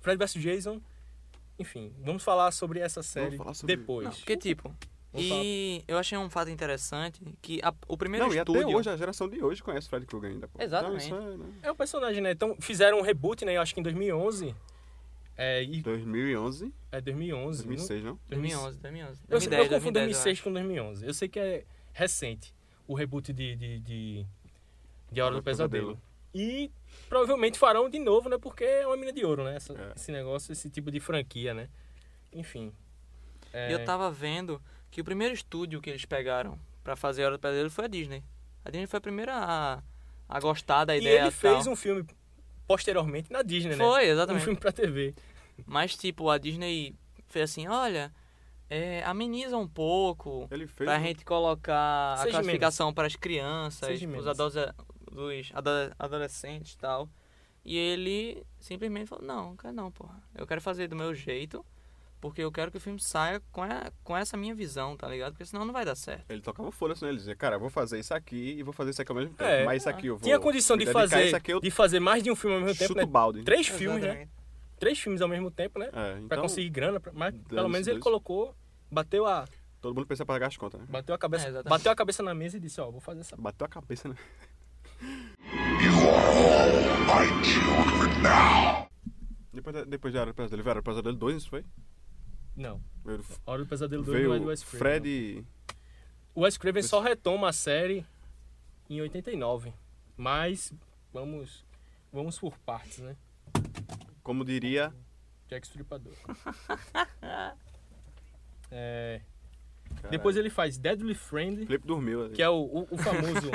S5: Fred vs Jason. Enfim, vamos falar sobre essa série
S3: falar sobre-
S5: depois.
S4: Não, porque, tipo.
S5: Vamos
S4: E eu achei um fato interessante que a- o primeiro
S3: não, e
S4: estúdio.
S3: até hoje, é a geração de hoje conhece Fred Krueger ainda. Pô.
S4: Exatamente.
S3: Então, isso é, né?
S5: É um personagem, né? Então, fizeram um reboot, né? Eu acho que em 2011. É, e,
S3: 2011,
S5: é 2011.
S3: 2006, não?
S5: não?
S4: 2011, 2011.
S5: Eu, sei-
S4: 2010,
S5: eu
S4: 2010,
S5: confundo
S4: eu
S5: 2006 com 2011. Eu sei que é recente o reboot de, de, de, de A Hora do Pesadelo. E provavelmente farão de novo, né? Porque é uma mina de ouro, né? Essa-
S3: É.
S5: Esse negócio, esse tipo de franquia, né? Enfim. É,
S4: E eu tava vendo que o primeiro estúdio que eles pegaram pra fazer a Hora do Pesadelo foi a Disney. A Disney foi a primeira a, a gostar da
S5: e
S4: ideia.
S5: ele fez
S4: tal.
S5: um filme posteriormente na Disney, né?
S4: Foi,
S5: Um
S4: exatamente.
S5: filme pra TV.
S4: Mas, tipo, a Disney fez assim: olha, é, ameniza um pouco
S3: Ele fez.
S4: pra
S3: um-
S4: gente colocar
S5: Seis
S4: a classificação para as crianças,
S5: Seis menos.
S4: os, adolescentes dos ado- adolescentes e tal. E ele simplesmente falou: não, cara, não, porra. Eu quero fazer do meu jeito. Porque eu quero que o filme saia com, a- com essa minha visão, tá ligado? Porque senão não vai dar certo.
S3: Ele tocava folha, senão ele dizia, cara, eu vou fazer isso aqui e vou fazer isso aqui ao mesmo tempo.
S5: É.
S3: Mas isso aqui eu vou.
S5: Tinha condição
S3: me
S5: de
S3: dedicar,
S5: fazer,
S3: Isso aqui eu
S5: de fazer mais de um filme ao mesmo
S3: chuto
S5: tempo, né?
S3: balde.
S5: Três filmes, né? Três filmes ao mesmo tempo, né?
S3: É,
S5: Pra
S3: então,
S5: conseguir grana, pra- mas pelo
S3: dane-se
S5: menos ele
S3: dois.
S5: colocou, bateu a,
S3: todo mundo pensa pra pagar as contas, né?
S5: bateu a cabeça,
S4: É, exatamente.
S5: bateu a cabeça na mesa e disse, ó, vou fazer essa.
S3: Bateu a cabeça, né? Depois, da- depois de Hora do Pesadelo, veio Hora do Pesadelo 2, isso foi?
S5: Não.
S3: Veio,
S5: Hora do Pesadelo 2 não é do
S3: veio
S5: Wes Craven. não.
S3: Fred...
S5: O Wes Craven só retoma a série em 89. Mas vamos vamos por partes, né?
S3: Como diria,
S5: Jack Stripador. É, depois ele faz Deadly Friend,
S3: Felipe dormiu ali.
S5: que é o, o- o famoso.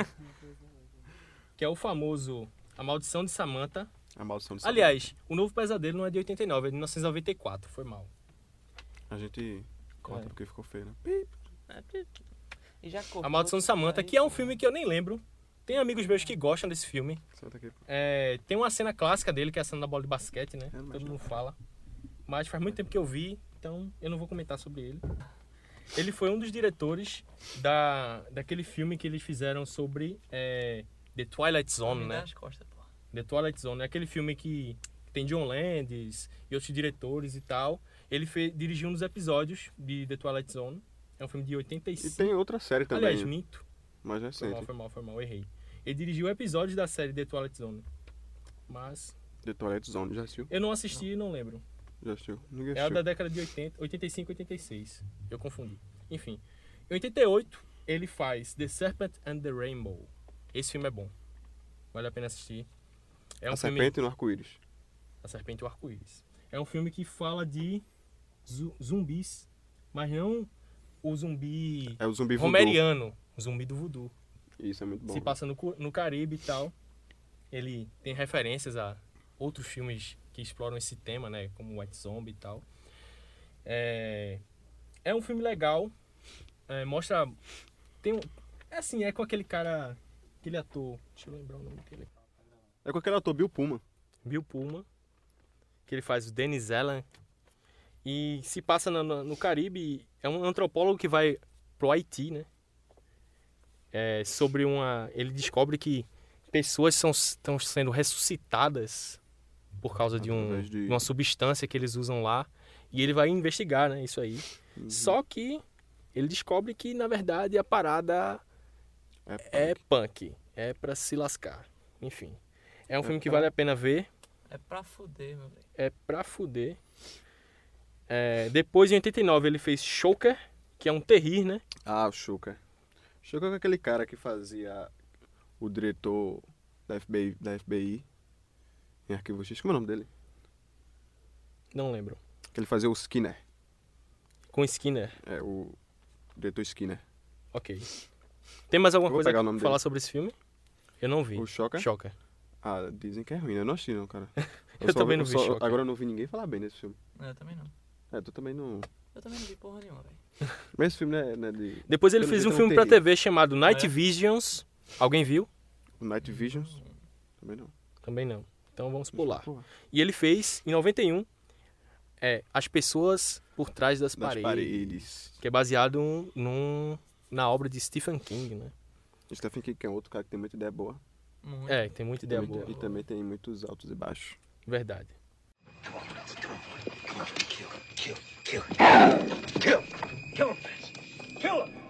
S5: que é o famoso A Maldição de Samantha.
S3: A maldição de Sabrina.
S5: Aliás, o novo pesadelo não é de 89, é de 1994, foi mal.
S3: A gente corta
S5: É.
S3: porque ficou feio, né?
S4: É, E já
S5: A Maldição de Samantha, que é um filme que eu nem lembro. Tem amigos meus que gostam desse filme.
S3: Senta aqui.
S5: É, tem uma cena clássica dele, que é a cena da bola de basquete, né?
S3: não
S5: Todo
S3: imagino.
S5: mundo fala. Mas faz muito tempo que eu vi, então eu não vou comentar sobre ele. Ele foi um dos diretores da, daquele filme que eles fizeram sobre é, The Twilight Zone, né? The Twilight Zone. É aquele filme que tem John Landis e outros diretores e tal. Ele fe- dirigiu um dos episódios de The Twilight Zone. É um filme de
S3: E
S5: 85.
S3: tem outra série também,
S5: Aliás, minto.
S3: mais
S5: Foi mal,
S3: recente.
S5: foi mal, foi mal, errei. Ele dirigiu episódios da série The Twilight Zone. Mas
S3: The Twilight Zone, já assistiu?
S5: eu não assisti e não lembro.
S3: Já assistiu? Ninguém
S5: É a
S3: assistiu.
S5: da década de 80, 85, 86. Eu confundi. Enfim. Em 88, ele faz The Serpent and the Rainbow. Esse filme é bom. Vale a pena assistir. É um
S3: a
S5: filme.
S3: Serpente no Arco-Íris.
S5: A Serpente e o Arco-Íris. É um filme que fala de zu- zumbis, mas não o zumbi
S3: É o zumbi voodoo.
S5: romeriano, o zumbi do voodoo.
S3: Isso é muito bom.
S5: se passa no, Cu- no Caribe e tal. Ele tem referências a outros filmes que exploram esse tema, né? Como White Zombie e tal. É, é um filme legal. é, mostra. Tem um, é assim, é com aquele cara. Aquele ator. Deixa eu lembrar o nome dele.
S3: É com aquele ator Bill Puma.
S5: Bill Pullman, que ele faz o Dennis Allen. E se passa na- na- no, Caribe, é um antropólogo que vai pro Haiti, né? É, sobre uma... Ele descobre que pessoas são, estão sendo ressuscitadas por causa de, um,
S3: Através de-
S5: de uma substância que eles usam lá. E ele vai investigar, né? Isso aí.
S3: Uhum.
S5: Só que ele descobre que, na verdade, a parada
S3: É,
S5: é punk. É pra se lascar. Enfim. É um filme que
S3: pra-
S5: vale a pena ver
S4: É pra fuder, meu velho.
S5: é pra fuder. É, depois, em 89, ele fez Shoker, que é um terrir, né?
S3: Ah, o Shuka. Shuka é aquele cara que fazia o diretor da FBI, da FBI em Arquivo X. Como é o nome dele?
S5: Não lembro.
S3: Que ele fazia o Skinner.
S5: Com Skinner,
S3: É, o diretor Skinner.
S5: ok. Tem mais alguma
S3: Eu vou
S5: coisa
S3: pegar
S5: pra
S3: o nome
S5: falar
S3: dele.
S5: sobre esse filme? Eu não vi.
S3: O Shocker?
S5: Shocker.
S3: Ah, dizem que é ruim, né? Eu não assisti não, cara.
S5: Eu
S3: só vi-
S5: também não vi
S3: só-
S5: Shocker.
S3: Agora eu não vi ninguém falar bem desse filme.
S4: Não, eu também não.
S3: É, tu também não...
S4: Eu também não vi porra nenhuma, velho.
S3: Mas esse filme né, né, de
S5: Depois ele
S3: Pelo
S5: fez
S3: jeito
S5: um
S3: é um
S5: filme pra
S3: terrir.
S5: TV chamado Night
S4: É.
S5: Visions. Alguém viu?
S3: Night Visions. Também não.
S5: Também não. Então vamos pular.
S3: Porra.
S5: E ele fez, em 91, é, As Pessoas por Trás das,
S3: Das
S5: Paredes.
S3: paredes.
S5: Que é baseado num, na obra de Stephen King, né?
S3: Stephen King que é outro cara que tem muita ideia boa.
S4: Muito.
S5: É, tem muita ideia
S3: Também-
S5: boa.
S3: E também tem muitos altos e baixos.
S5: Verdade.
S7: Come on, Fitz. Come on. Come on. Kill. Kill. Kill. Kill. Kill him, Fitz. Kill him.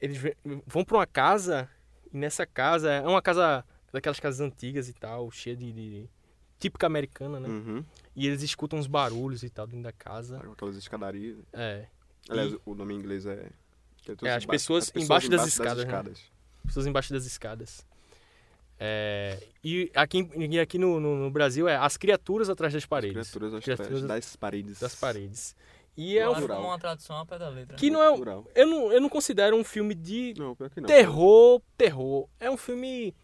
S5: eles ve- vão pra uma casa e nessa casa é uma casa daquelas casas antigas e tal, cheia de, de- típica americana, né?
S3: Uhum.
S5: E eles escutam uns barulhos e tal dentro da casa.
S3: Tá Com aquelas escadarias.
S5: É,
S3: Aliás, o nome em inglês é... que
S5: É,
S3: todos
S5: as
S3: embaixo-
S5: pessoas embaixo das escadas, né?
S3: escadas.
S5: pessoas embaixo das escadas. É, e aqui, em- e aqui no, no- no Brasil é As Criaturas Atrás das Paredes.
S3: Criaturas, das,
S5: Criaturas
S3: das paredes.
S5: das Paredes. E é um,
S4: Claro,
S3: rural.
S4: como uma tradução ao pé da letra.
S5: que não é um-
S3: Rural.
S5: eu não, eu não considero um filme de
S3: Não, pior que não.
S5: terror, terror. É um filme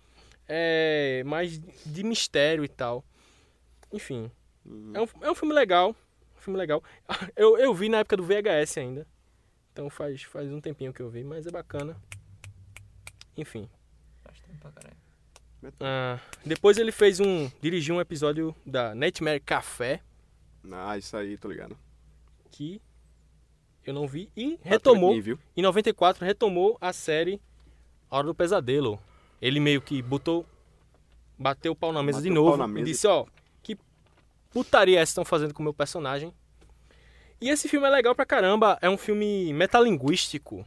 S5: é, mais de mistério e tal. Enfim,
S3: Uhum.
S5: é, um, é um filme legal. um filme legal. Eu, eu vi na época do VHS ainda. Então faz, faz um tempinho que eu vi, mas é bacana. Enfim.
S4: né? Faz tempo pra caralho.
S5: Ah, depois ele fez um. dirigiu um episódio da Nightmare Café,
S3: Ah, isso aí, tô ligado. que
S5: eu não vi, e retomou.
S3: Viu?
S5: Em 94 retomou a série A Hora do Pesadelo. Ele meio que botou. Bateu o pau na mesa
S3: Bateu
S5: de
S3: o pau
S5: novo
S3: na
S5: e
S3: mesa.
S5: disse, ó, que putaria essa estão fazendo com o meu personagem. E esse filme é legal pra caramba, é um filme metalinguístico.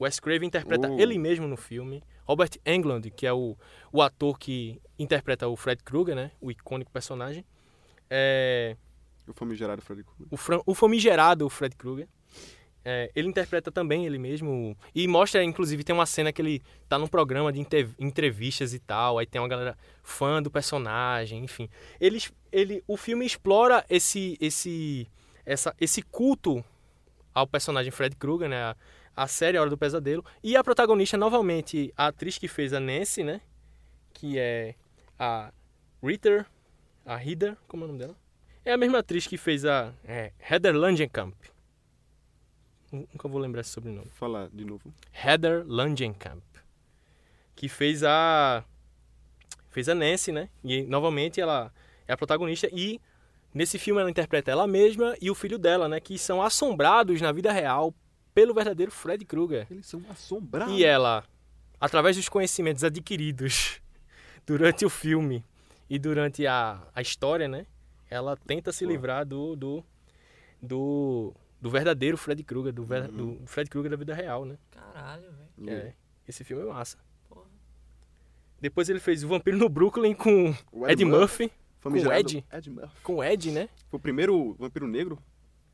S5: Wes Craven interpreta
S3: Uh.
S5: ele mesmo no filme. Robert Englund, que é o, o ator que interpreta o Fred Krueger, né? O icônico personagem. É,
S3: O famigerado Freddy Krueger.
S5: o, Fran, o famigerado Fred Krueger. É, ele interpreta também ele mesmo. E mostra, inclusive, tem uma cena que ele tá num programa de inte- entrevistas e tal. Aí tem uma galera fã do personagem, enfim. Ele, es- ele, o filme explora esse, esse, essa, esse culto ao personagem Fred Krueger, né? A, a série A Hora do Pesadelo. E a protagonista, novamente, a atriz que fez a Nancy, né? Que é a Ritter. A Ritter, como é o nome dela? É a mesma atriz que fez a é, Heather Langenkamp. Nu- Nunca vou lembrar esse sobrenome.
S3: Fala de novo.
S5: Heather Langenkamp. Que fez a. Fez a Nancy, né? E novamente ela é a protagonista. E nesse filme ela interpreta ela mesma e o filho dela, né? Que são assombrados na vida real pelo verdadeiro Fred Krueger.
S3: Eles são assombrados.
S5: E ela, através dos conhecimentos adquiridos durante o filme e durante a, a história, né? Ela tenta se livrar do do, do, do verdadeiro Fred Krueger, do, ver- do Fred Krueger da vida real, né?
S4: Caralho,
S3: E
S4: velho.
S5: É, esse filme é massa.
S4: Porra.
S5: Depois ele fez O Vampiro no Brooklyn com
S3: o
S5: Ed Murphy,
S3: Famigerado
S5: Ed.
S3: Ed Murphy.
S5: com Ed, né?
S3: Foi o primeiro vampiro negro?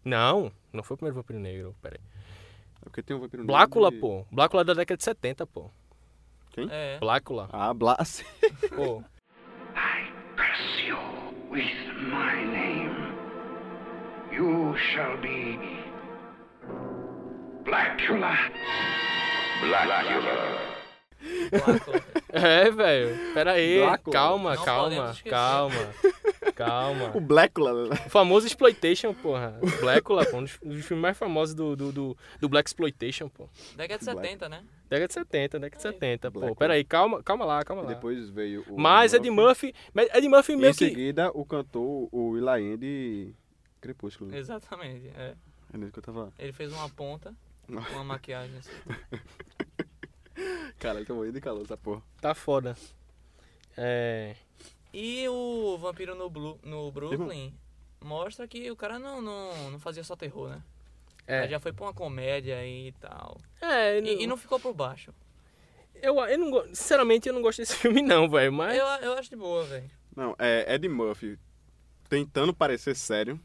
S5: Não, não foi o primeiro Vampiro Negro, peraí.
S3: É porque tem um vampiro
S5: Blácula,
S3: negro. e-
S5: pô. Blácula da década de 70, pô.
S4: É.
S5: Blácula,
S3: Ah, Blas.
S5: pô.
S7: curse you with my name. You shall be Blackula. Blackula.
S4: Blácula.
S5: É, velho. Pera aí.
S3: Drácula.
S5: Calma,
S4: Não podemos
S5: calma,
S4: esquecer.
S5: calma. Calma.
S3: o Blackula.
S5: O famoso Exploitation, porra. Blackula, pô. Um dos, um dos filmes mais famosos do, do, do, do Black Exploitation, pô.
S4: Década de 70, né?
S5: Década de 70, década de 70, pô.
S3: Blackula.
S5: Pera aí, calma, calma lá, calma
S3: E
S5: lá.
S3: depois veio o.
S5: Mas Ed Murphy... Mas Ed Murphy
S3: E
S5: meio
S3: em
S5: que...
S3: seguida, o cantor, o Will.i.am de Crepúsculo. né?
S4: Exatamente. É.
S3: É mesmo que eu tava...
S4: Ele fez uma ponta com uma maquiagem assim.
S3: Caralho, tô morrendo de calor essa porra.
S5: Tá foda. É...
S4: E o Vampiro no, Blu, no Brooklyn mostra que o cara não, não, não fazia só terror, né?
S5: É.
S4: Ele já foi pra uma comédia aí e tal.
S5: É, eu
S4: E, e
S5: não-
S4: não ficou por baixo.
S5: eu, eu não... go- Sinceramente, eu não gosto desse filme, não, velho. Mas...
S4: Eu, eu acho de boa, velho.
S3: Não, é Ed Murphy tentando parecer sério.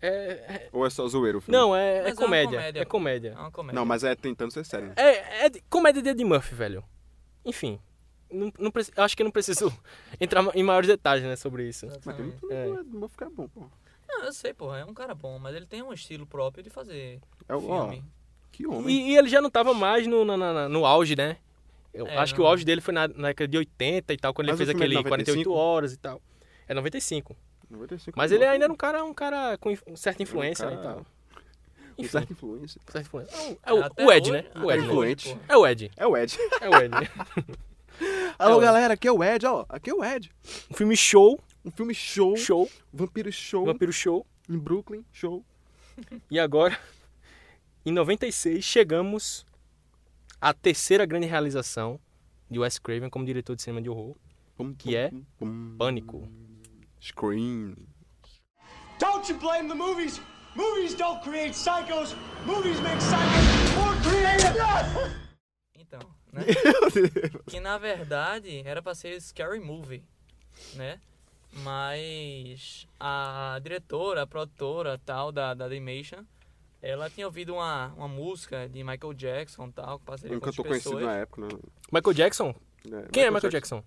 S5: É... é-
S3: Ou é só zoeiro o filme?
S5: Não, é, é
S4: Mas é uma
S5: comédia.
S4: comédia,
S5: É
S4: pô.
S5: comédia.
S4: É uma comédia.
S3: Não, mas é tentando ser sério. né?
S5: É, é de- comédia de Eddie Murphy, velho. Enfim. Não, não preci- acho que não preciso entrar ma- em maiores detalhes, né, sobre isso.
S3: Mas tem
S4: Exatamente.
S3: muito.
S5: É.
S3: É. Ed Murphy que é bom, pô.
S4: Não, eu sei, porra. É um cara bom, mas ele tem um estilo próprio de fazer
S3: É o. Ó,
S4: filme.
S3: que homem.
S5: E, e ele já não tava mais no, na- na- na- no auge, né? Eu
S4: É,
S5: acho que
S4: não.
S5: o auge dele foi na, na década de 80 e tal, quando ele
S3: Mas o
S5: fez
S3: filme é de
S5: aquele 48
S3: 95?
S5: horas e tal. É 95.
S3: 95
S5: Mas
S3: é
S5: ele
S3: bom.
S5: ainda era um cara, um cara com inf- certa influência
S3: cara-
S5: né, e tal.
S3: Um
S5: Enfim,
S3: certo influência.
S5: certa influência. É o,
S4: Até
S5: o Ed,
S4: hoje-
S5: né?
S4: até
S5: O Ed.
S4: hoje,
S3: Influente.
S4: porra.
S5: É o Ed.
S3: É o Ed.
S5: É o Ed.
S3: Alô,
S5: Ed.
S3: galera, aqui é o Ed, ó. Aqui é o Ed.
S5: um filme show,
S3: Um filme show.
S5: show,
S3: Vampiro show.
S5: vampiro show.
S3: Em Brooklyn, show.
S5: E agora, em 96, chegamos à terceira grande realização de Wes Craven como diretor de cinema de horror,
S3: Pum,
S5: Que é?
S3: pum, pum, pum.
S5: Pânico.
S3: Scream.
S8: Don't you blame the movies? Movies don't create psychos. Movies make psychos more creative.
S4: Então, né? que na verdade era pra ser Scary Movie, né? Mas a diretora, a produtora tal da, da Animation, ela tinha ouvido uma, uma música de Michael Jackson tal, que parceria
S3: Um
S4: com outras
S3: cantor conhecido
S4: pessoas.
S3: na época, né?
S5: Michael Jackson, Quem é Michael Jackson?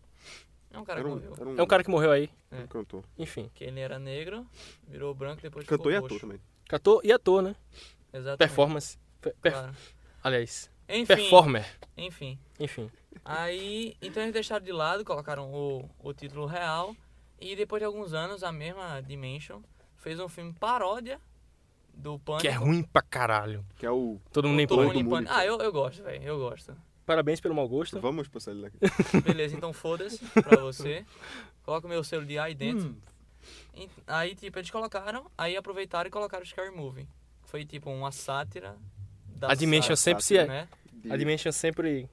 S4: É um cara
S3: Era
S4: que
S3: um,
S4: morreu.
S3: era um,
S5: É um cara que morreu aí.
S3: um cantor.
S5: Enfim.
S4: Que ele era negro, virou branco, depois
S3: Cantor
S4: ficou
S3: e
S4: roxo.
S3: ator também.
S5: Cantor e ator, né?
S4: Exatamente.
S5: Performance. Per- per-
S4: Claro.
S5: Aliás,
S4: Enfim,
S5: performer.
S4: enfim.
S5: Enfim.
S4: Aí, então eles deixaram de lado, colocaram o, o título real. E depois de alguns anos, a mesma Dimension fez um filme paródia do Pânico.
S5: Que é ruim pra caralho.
S3: Que é o.
S5: Todo mundo nem
S4: Todo mundo
S5: põe.
S4: em
S3: mundo.
S4: Pânico. Ah, eu, eu gosto, velho. Eu gosto.
S5: Parabéns pelo mau gosto.
S3: Vamos né? passar ele daqui.
S4: Beleza, então foda-se pra você. Coloca o meu selo de aí dentro.
S5: Hum.
S4: E- Aí, tipo, eles colocaram, aí aproveitaram e colocaram o Scary Movie. Foi, tipo, uma sátira da
S5: A Dimension
S4: sátira,
S5: sempre se é.
S4: né?
S5: A Dimension sempre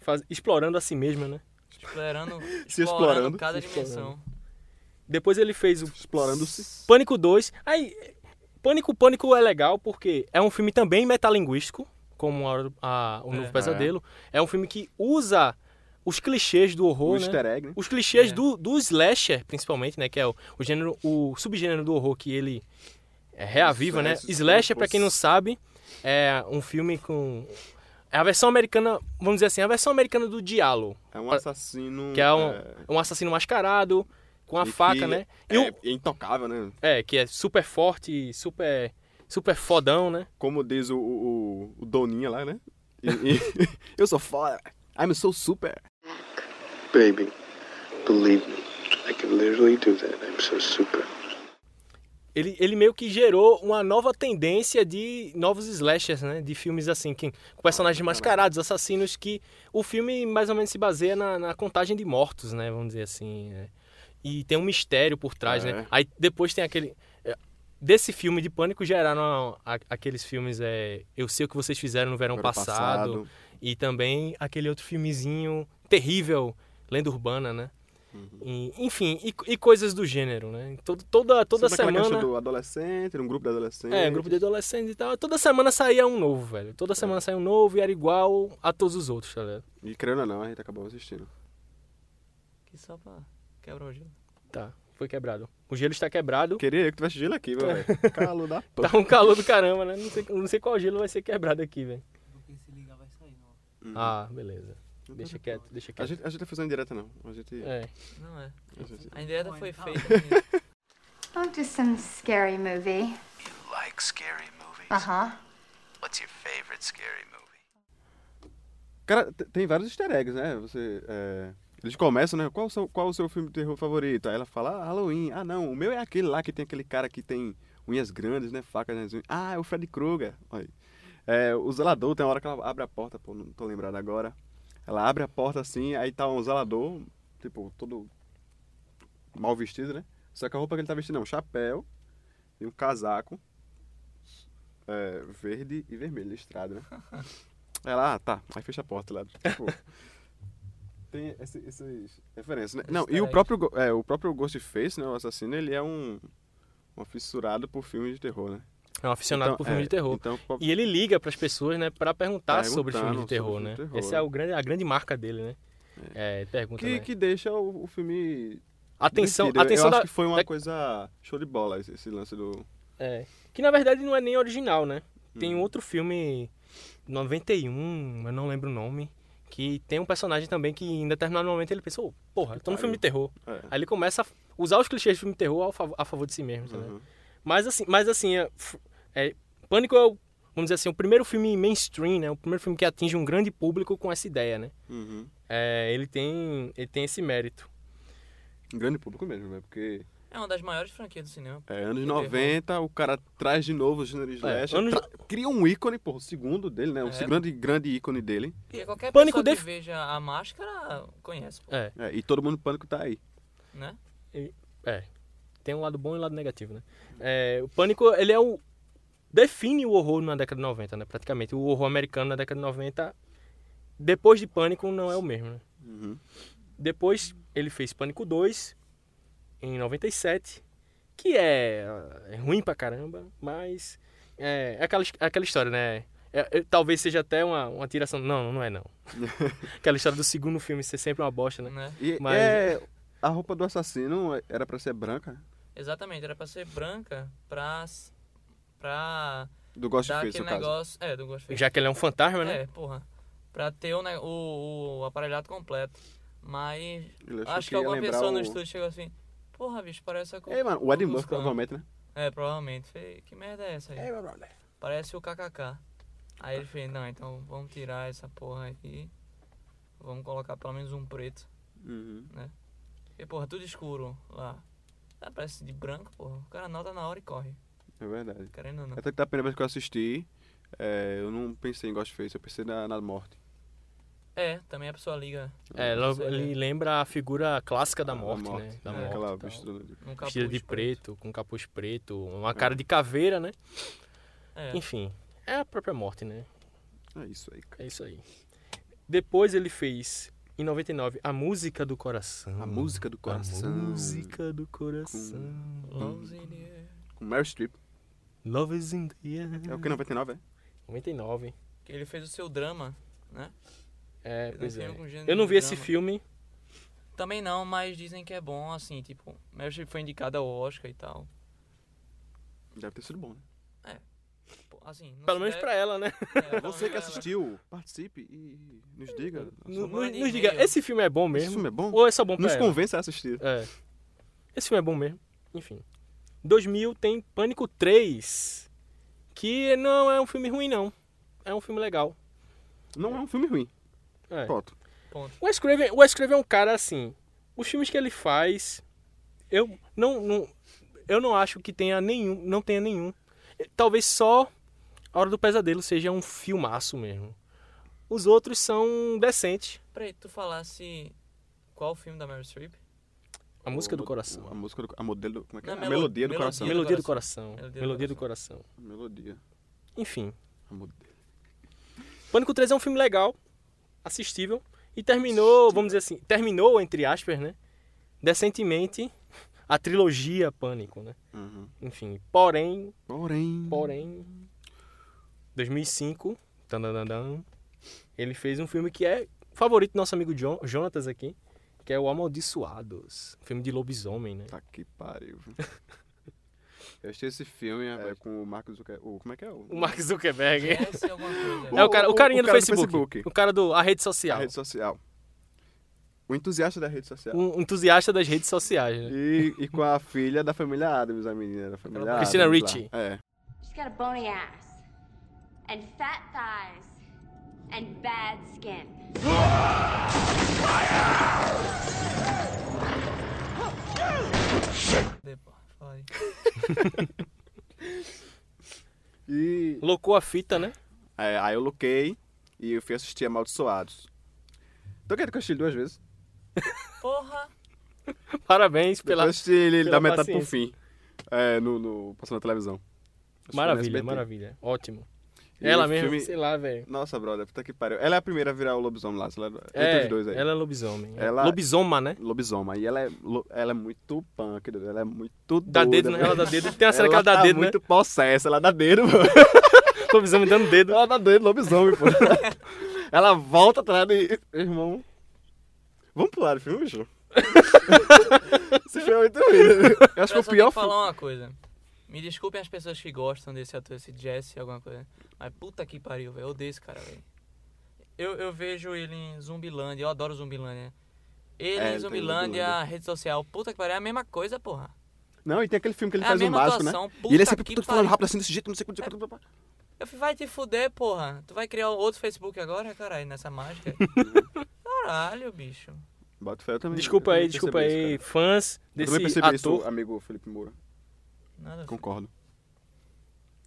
S5: faz- explorando a si mesma, né?
S4: Explorando,
S3: Se
S4: explorando,
S3: explorando,
S4: cada
S5: se explorando.
S4: dimensão.
S5: Depois ele fez o
S3: Explorando-se.
S5: Pânico 2. Aí, Pânico, Pânico é legal porque é um filme também metalinguístico, como a, Hora do- a- O Novo
S4: É.
S5: Pesadelo. É. um filme que usa os clichês do horror,
S3: O
S5: né?
S3: easter egg, né?
S5: Os clichês
S4: É.
S5: do, do slasher, principalmente, né? Que é o, o gênero, o subgênero do horror que ele é, reaviva, né?
S3: Slasher,
S5: Slasher,
S3: tipo,
S5: pra quem não sabe, é um filme com... É a versão americana, vamos dizer assim, a versão americana do diálogo.
S3: É um assassino.
S5: Que é um, um assassino mascarado, com a
S3: e
S5: faca,
S3: que
S5: né? E
S3: É,
S5: o-
S3: é intocável, né?
S5: é, que é super forte, super, super fodão, né?
S3: Como diz o, o, o- o Doninha lá, né? E- e- eu sou foda. I'm so super.
S7: Baby, believe me, I can literally do that. I'm so super.
S5: Ele, ele meio que gerou uma nova tendência de novos slashers, né? De filmes assim, que, com personagens mascarados, assassinos, que o filme mais ou menos se baseia na, na contagem de mortos, né? Vamos dizer assim. né? E tem um mistério por trás, né?
S3: É.
S5: Aí depois tem aquele. é, Desse filme de pânico geraram a- aqueles filmes é, Eu Sei O Que Vocês Fizeram no Verão,
S3: Verão
S5: um passado,
S3: é Passado.
S5: E também aquele outro filmezinho terrível, Lenda Urbana, né?
S3: Uhum.
S5: E, enfim, e, e coisas do gênero, né? Todo, toda toda
S3: Sempre aquela
S5: semana.
S3: questão é do adolescente, um grupo de adolescentes.
S5: É, grupo de adolescentes e tal. Toda semana saía um novo, velho.
S3: É.
S5: Toda semana saía um novo e era igual a todos os outros, tá ligado?
S3: E crendo ou não, a gente acabou assistindo.
S4: Que só pra quebrar o gelo.
S5: Tá, foi quebrado. O gelo está quebrado.
S3: Queria eu que tivesse gelo aqui, meu velho.
S5: É.
S3: Calo da porra.
S5: Tá um calor do caramba, né? Não sei, não sei qual gelo vai ser quebrado aqui, velho.
S3: Uhum.
S5: Ah, beleza. Deixa quieto, deixa
S3: Então tá A
S5: quieto.
S3: gente, a gente não fez uma indireta, não. A gente.
S5: É.
S4: Não é.
S3: a gente-
S4: A ideia foi feita. assim,
S9: Oh, just some scary movie.
S7: Like scary movies.
S9: Uh huh.
S7: What's your favorite scary movie?
S3: Cara, te- tem vários easter eggs, né? Você. é, Eles começam, né? Qual, são, qual o seu filme de terror favorito? Aí ela fala, ah, Halloween. Ah, não, o meu é aquele lá que tem aquele cara que tem unhas grandes, né? Facas nas unhas. Ah, é o Freddy Krueger. Olha aí. É, o zelador, tem uma hora que ela abre a porta, pô, não tô lembrado agora. Ela abre a porta assim, aí tá um zelador, tipo, todo mal vestido, né? Só que a roupa que ele tá vestindo é um chapéu e um casaco é, verde e vermelho listrado, né? Ela, ah, tá. Aí fecha a porta lá. Tipo, tem esse, essas referências, né? Não, e o
S4: eggs.
S3: próprio, Go- é, o próprio Ghostface, né? O assassino, ele é um, um fissurado por filmes de terror, né?
S5: É um aficionado
S3: Então,
S5: por filme
S3: é,
S5: de terror.
S3: Então, pô,
S5: E ele liga pras pessoas, né, pra perguntar
S3: Perguntando
S5: sobre filme de
S3: sobre
S5: terror,
S3: filme
S5: né?
S3: de terror.
S5: Essa é o grande, a grande marca dele, né? É, pergunta,
S3: que,
S5: né?
S3: que deixa o, o filme.
S5: Atenção,
S3: divertido. Eu-
S5: atenção
S3: eu
S5: da...
S3: acho que foi uma
S5: da-
S3: coisa show de bola esse, esse lance do.
S5: É. Que na verdade não é nem original, né?
S3: Hum.
S5: Tem outro filme 91, eu não lembro o nome, que tem um personagem também que em determinado momento ele pensa, "Ô, porra, eu tô no filme de terror.
S3: É.
S5: Aí ele começa a usar os clichês de filme de terror ao fav- a favor de si mesmo, tá
S3: Uhum.
S5: ligado? Mas assim, mas assim, é, f- é, Pânico é o, vamos dizer assim, o primeiro filme mainstream, né? O primeiro filme que atinge um grande público com essa ideia, né?
S3: Uhum.
S5: É, ele tem ele tem esse mérito.
S3: Um grande público mesmo, né? Porque
S4: É uma das maiores franquias do cinema.
S3: é, anos
S4: terror.
S3: 90, o cara traz de novo o gênero slasher,
S5: É, anos-
S3: tra- cria um ícone, pô, o segundo dele, né? O
S4: É.
S3: grande, grande ícone dele.
S4: Porque qualquer
S5: Pânico
S4: pessoa
S5: def-
S4: que veja a máscara conhece, pô,
S5: É.
S3: É, e todo mundo em pânico tá aí.
S4: né?
S5: É. Tem um lado bom e um lado negativo, né? É, o Pânico, ele é o. Define o horror na década de 90, né? Praticamente. O horror americano na década de 90, depois de Pânico, não é o mesmo, né?
S3: Uhum.
S5: Depois ele fez Pânico 2, em 97, que é, é ruim pra caramba, mas é, é aquela, his- é aquela história, né? É- é- talvez seja até uma, uma tiração. Não, não é não. aquela história do segundo filme ser sempre uma bosta, né?
S4: né?
S3: E
S5: Mas-
S3: é, a roupa do assassino era pra ser branca, né?
S4: Exatamente, era pra ser branca pra. s- pra
S3: do
S4: dar
S3: Ghostface, no
S4: aquele
S3: caso.
S4: negócio. É, do Ghostface.
S5: Já que ele é um fantasma, né?
S4: É, porra. pra ter o, ne- o, o aparelhado completo. Mas
S3: Ele achou
S4: acho
S3: que
S4: que
S3: ia
S4: alguma
S3: lembrar
S4: pessoa
S3: o-
S4: no estúdio chegou assim, porra, bicho, parece a co-
S3: Ei, É, mano, o Ed Murphy,
S4: música, né?"
S3: provavelmente, né?
S4: É, provavelmente. Falei, que merda é essa aí? Parece o KKK. Aí ele fez, não, então vamos tirar essa porra aqui. Vamos colocar pelo menos um preto. né?
S3: Uhum.
S4: Porque, porra, tudo escuro lá. Ah, parece de branco, porra. O cara nota na hora e corre.
S3: É verdade.
S4: Querendo ou não.
S3: Até que da primeira vez que eu assisti, é, eu não pensei em Ghostface, eu pensei na, na morte.
S4: É, também a pessoa liga
S5: É, ela, ele lembra a figura clássica da
S3: A
S5: morte, né? Da
S4: É,
S5: morte.
S3: aquela
S5: e tal.
S3: mistura.
S4: num capuz.
S5: Vestida de preto, com capuz preto, uma
S3: É.
S5: cara de caveira, né?
S4: É.
S5: Enfim, é a própria morte, né?
S3: É isso aí, cara.
S5: É isso aí. Depois ele fez, em 99, A Música do Coração.
S3: A música do coração.
S5: A Hum. Música do Coração.
S4: Loves in the air.
S3: Com Mary Streep.
S5: Love is in the air.
S3: É o que, 99, é?
S5: 99.
S4: Que ele fez o seu drama, né?
S5: É,
S4: Ele
S5: pois
S4: tem
S5: é.
S4: algum gênero
S5: Eu não
S4: de
S5: vi esse
S4: drama.
S5: filme.
S4: Também não, mas dizem que é bom, assim, tipo, Meryl Streep foi indicada ao Oscar e tal.
S3: Deve ter sido bom, né?
S4: Pô, Assim, não
S5: Pelo
S4: se
S5: menos
S4: deve-
S5: pra ela, né?
S4: é, pelo
S3: Você que
S4: menos pra ela.
S3: assistiu, participe e nos diga.
S5: Nos,
S4: manda
S5: nos
S4: e-mail.
S5: diga, esse filme é bom
S3: Esse
S5: mesmo?
S3: filme é bom?
S5: Ou é só bom pra
S3: Nos
S5: ela?
S3: convence a assistir.
S5: É. Esse filme é bom mesmo. Enfim. 2000 tem Pânico 3. Que não é um filme ruim, não. É um filme legal.
S3: Não é um filme ruim.
S5: É.
S3: Pronto.
S5: O Wes Craven, o Wes Craven é um cara assim. Os filmes que ele faz, eu não, não- eu não acho que tenha nenhum, não tenha nenhum. É, Talvez só A Hora do Pesadelo seja um filmaço mesmo. Os outros são decentes.
S4: Peraí, tu falasse qual o filme da Meryl Streep?
S5: A música
S3: O-
S5: do coração.
S3: o- A música do a modelo. Como é que é?
S4: Não,
S3: a
S4: melo-
S3: melodia do
S4: melodia.
S3: coração.
S5: Melodia do coração.
S4: Melodia do
S5: Melodia do coração.
S3: Melodia.
S5: Enfim.
S3: A modelo.
S5: Pânico 3 é um filme legal, assistível, e terminou, vamos dizer assim, terminou, entre aspas, né? Decentemente a trilogia Pânico, né?
S3: Uhum.
S5: Enfim, porém,
S3: Porém.
S5: porém, 2005, tananandam, ele fez um filme que é favorito do nosso amigo John, Jonatas aqui, que é o Amaldiçoados, um filme de lobisomem, né?
S3: Tá que pariu. viu? Eu achei esse filme é, com o Marcos Zucker... o Como é que é?
S5: O Mark Zuckerberg.
S4: Esse é alguma coisa.
S5: É o, cara, o,
S3: o-
S5: carinha
S3: o
S5: do,
S3: cara do
S5: Facebook,
S3: Facebook.
S5: O cara do a rede
S3: A
S5: social.
S3: rede social. O entusiasta da rede social.
S5: Um entusiasta das redes sociais, né?
S3: E, e com a filha da família Adams, a menina da família Adams.
S5: Christina
S3: lá.
S5: Ricci.
S3: É.
S10: She's got a bony ass, and fat thighs, and bad skin.
S4: Depois, fala aí.
S3: E
S5: Locou a fita, né?
S3: é, aí eu loquei e eu fui assistir Amaldiçoados. Tô querendo que eu assisti duas vezes.
S4: Porra!
S5: Parabéns
S3: Eu
S5: pela
S3: assisti ele
S5: pela
S3: da metade pro
S5: paciência.
S3: fim. É, no, no- passando na televisão. Acho que foi
S5: Maravilha,
S3: no SBT.
S5: maravilha. Ótimo.
S3: E
S5: ela
S3: o
S5: mesmo,
S3: filme-
S5: sei lá, velho.
S3: Nossa, brother, puta que pariu. Ela é a primeira a virar o lobisomem lá. Ela, entre
S5: É,
S3: os dois aí.
S5: ela é lobisomem.
S3: Ela-
S5: Lobisoma, né?
S3: Lobisoma. E ela é, lo- ela é muito punk, doido. ela é muito
S5: Dá
S3: doida,
S5: dedo, né? Ela dá dedo. Tem a cena que
S3: ela
S5: ela dá
S3: tá
S5: dedo,
S3: muito
S5: né?
S3: possessa, ela dá dedo, mano.
S5: Lobisomem dando dedo.
S3: Ela dá dedo, lobisomem, pô. ela volta atrás e... Irmão... Vamos pular o filme, bicho? Esse filme é muito ruim. Eu acho que
S4: Eu
S3: o
S4: só
S3: pior
S4: tenho que
S3: filme...
S4: falar um- uma coisa. Me desculpem as pessoas que gostam desse ator, esse Jesse, alguma coisa. Mas puta que pariu, velho. Eu odeio esse cara, velho. Eu, eu vejo ele em Zumbilândia. Eu adoro Zumbilândia. Ele
S3: É, ele tá
S4: em
S3: em
S4: Zumbilândia,
S3: Zumbilândia.
S4: rede social. Puta que pariu, é a mesma coisa, porra.
S3: Não, e tem aquele filme que ele
S4: É a
S3: faz o
S4: mesma
S3: mágico, né? E
S4: atuação,
S3: ele é
S4: puta
S3: sempre
S4: que
S3: todo falando
S4: pariu.
S3: rápido assim, desse jeito, não sei quanto...
S4: Eu falei, vai te fuder, porra. Tu vai criar outro Facebook agora, caralho, nessa mágica. Caralho, bicho.
S3: Bota fé, eu também.
S5: Desculpa
S3: eu
S5: aí,
S3: também
S5: desculpa
S3: percebi
S5: aí,
S3: isso, cara.
S5: fãs
S3: Eu também
S5: desse
S3: percebi isso,
S5: ator.
S3: amigo Felipe Moura.
S4: Nada.
S3: Concordo.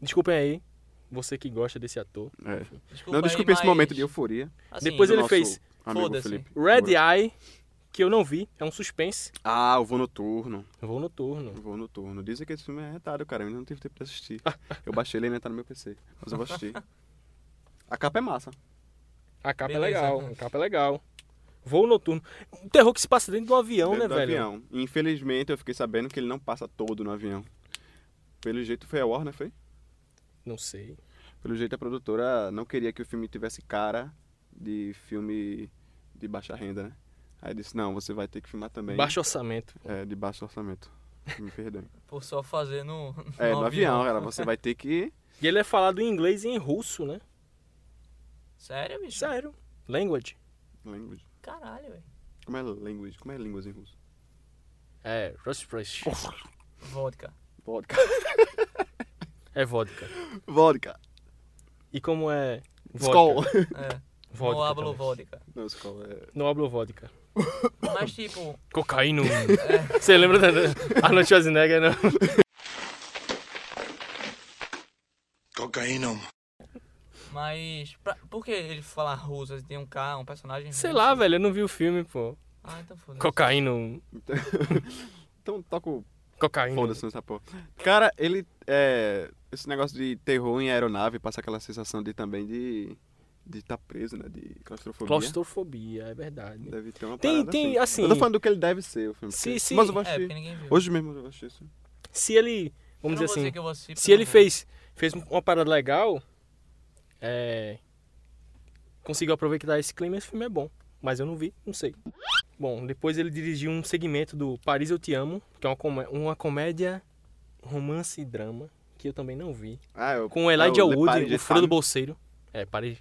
S5: Desculpem aí, você que gosta desse ator.
S3: É.
S4: Desculpa
S3: Não, desculpa
S4: aí,
S3: esse
S4: mas,
S3: momento de euforia.
S4: assim,
S5: Depois
S3: do
S5: ele
S3: nosso
S5: fez
S3: amigo
S4: Foda-se.
S3: Felipe
S5: Red
S3: Moura.
S5: Eye, que eu não vi, é um suspense.
S3: Ah, o Voo Noturno.
S5: Vou noturno.
S3: O Voo Noturno. Dizem que esse filme é retado, cara. Eu ainda não tive tempo de assistir. Eu baixei ele ainda tá no meu PC. Mas eu vou assistir. A capa é massa.
S5: A capa é
S4: Beleza.
S3: né?
S5: legal, a capa é legal. Voo noturno. Um terror que se passa dentro de um avião,
S3: Dentro
S5: né,
S3: do
S5: velho?
S3: avião. Infelizmente, eu fiquei sabendo que ele não passa todo no avião. Pelo jeito, foi a Warner, foi?
S5: Não sei.
S3: Pelo jeito, a produtora não queria que o filme tivesse cara de filme de baixa renda, né? Aí disse, não, você vai ter que filmar também.
S5: Baixo orçamento.
S3: É, de baixo orçamento. Me perdoem.
S4: Por só fazer no.
S3: É, no avião, ela, você vai ter que.
S5: E ele é falado em inglês e em russo, né?
S4: Sério, bicho?
S5: Sério. Language?
S3: Language.
S4: Caralho, velho.
S3: Como é language? Como é línguas em russo?
S5: É, Rush
S4: Vodka.
S5: Vodka. é vodka.
S3: Vodka.
S5: E como é.
S3: Skol.
S5: Vodka?
S4: É.
S5: Vodka
S4: Não hablo
S5: também.
S4: vodka.
S3: Não, Skol é...
S5: Não hablo vodka. É.
S4: Mas tipo,
S5: Cocaína. Você lembra da da Arnold Schwarzenegger? Não.
S7: Cocaína.
S4: mas. Pra, por que ele fala russo? Ele tem um cara, um personagem.
S5: Sei
S4: russo?
S5: lá, velho, eu não vi o filme, pô.
S4: Ah, então foda-se.
S5: Cocaína.
S3: Então toca o
S5: Cocaína.
S3: Foda-se nessa porra. Cara, ele. É, esse negócio de terror em aeronave passa aquela sensação de também de. de estar preso, né? De claustrofobia.
S5: Claustrofobia, é verdade.
S3: Deve ter uma
S5: Tem-
S3: parada
S5: tem, assim-
S3: Eu tô falando do que ele deve ser, o filme.
S5: Se-
S3: porque-
S5: se-
S3: Mas eu vou
S4: É,
S3: assistir.
S4: porque ninguém viu.
S3: Hoje mesmo eu vou assistir isso.
S5: Se ele.
S4: Eu não
S5: assim. Vamos dizer
S4: vou
S5: assim.
S4: que eu vou assistir, porque
S5: se ele
S4: eu não vou.
S5: fez, fez uma parada legal, é, conseguiu aproveitar esse clima, esse filme é bom. Mas eu não vi, não sei. Bom, depois ele dirigiu um segmento do Paris Eu Te Amo, que é uma, comé- uma comédia, romance e drama, que eu também não vi.
S3: Ah, eu,
S5: Com o Elijah Wood, o Frodo Bolseiro. É, Paris...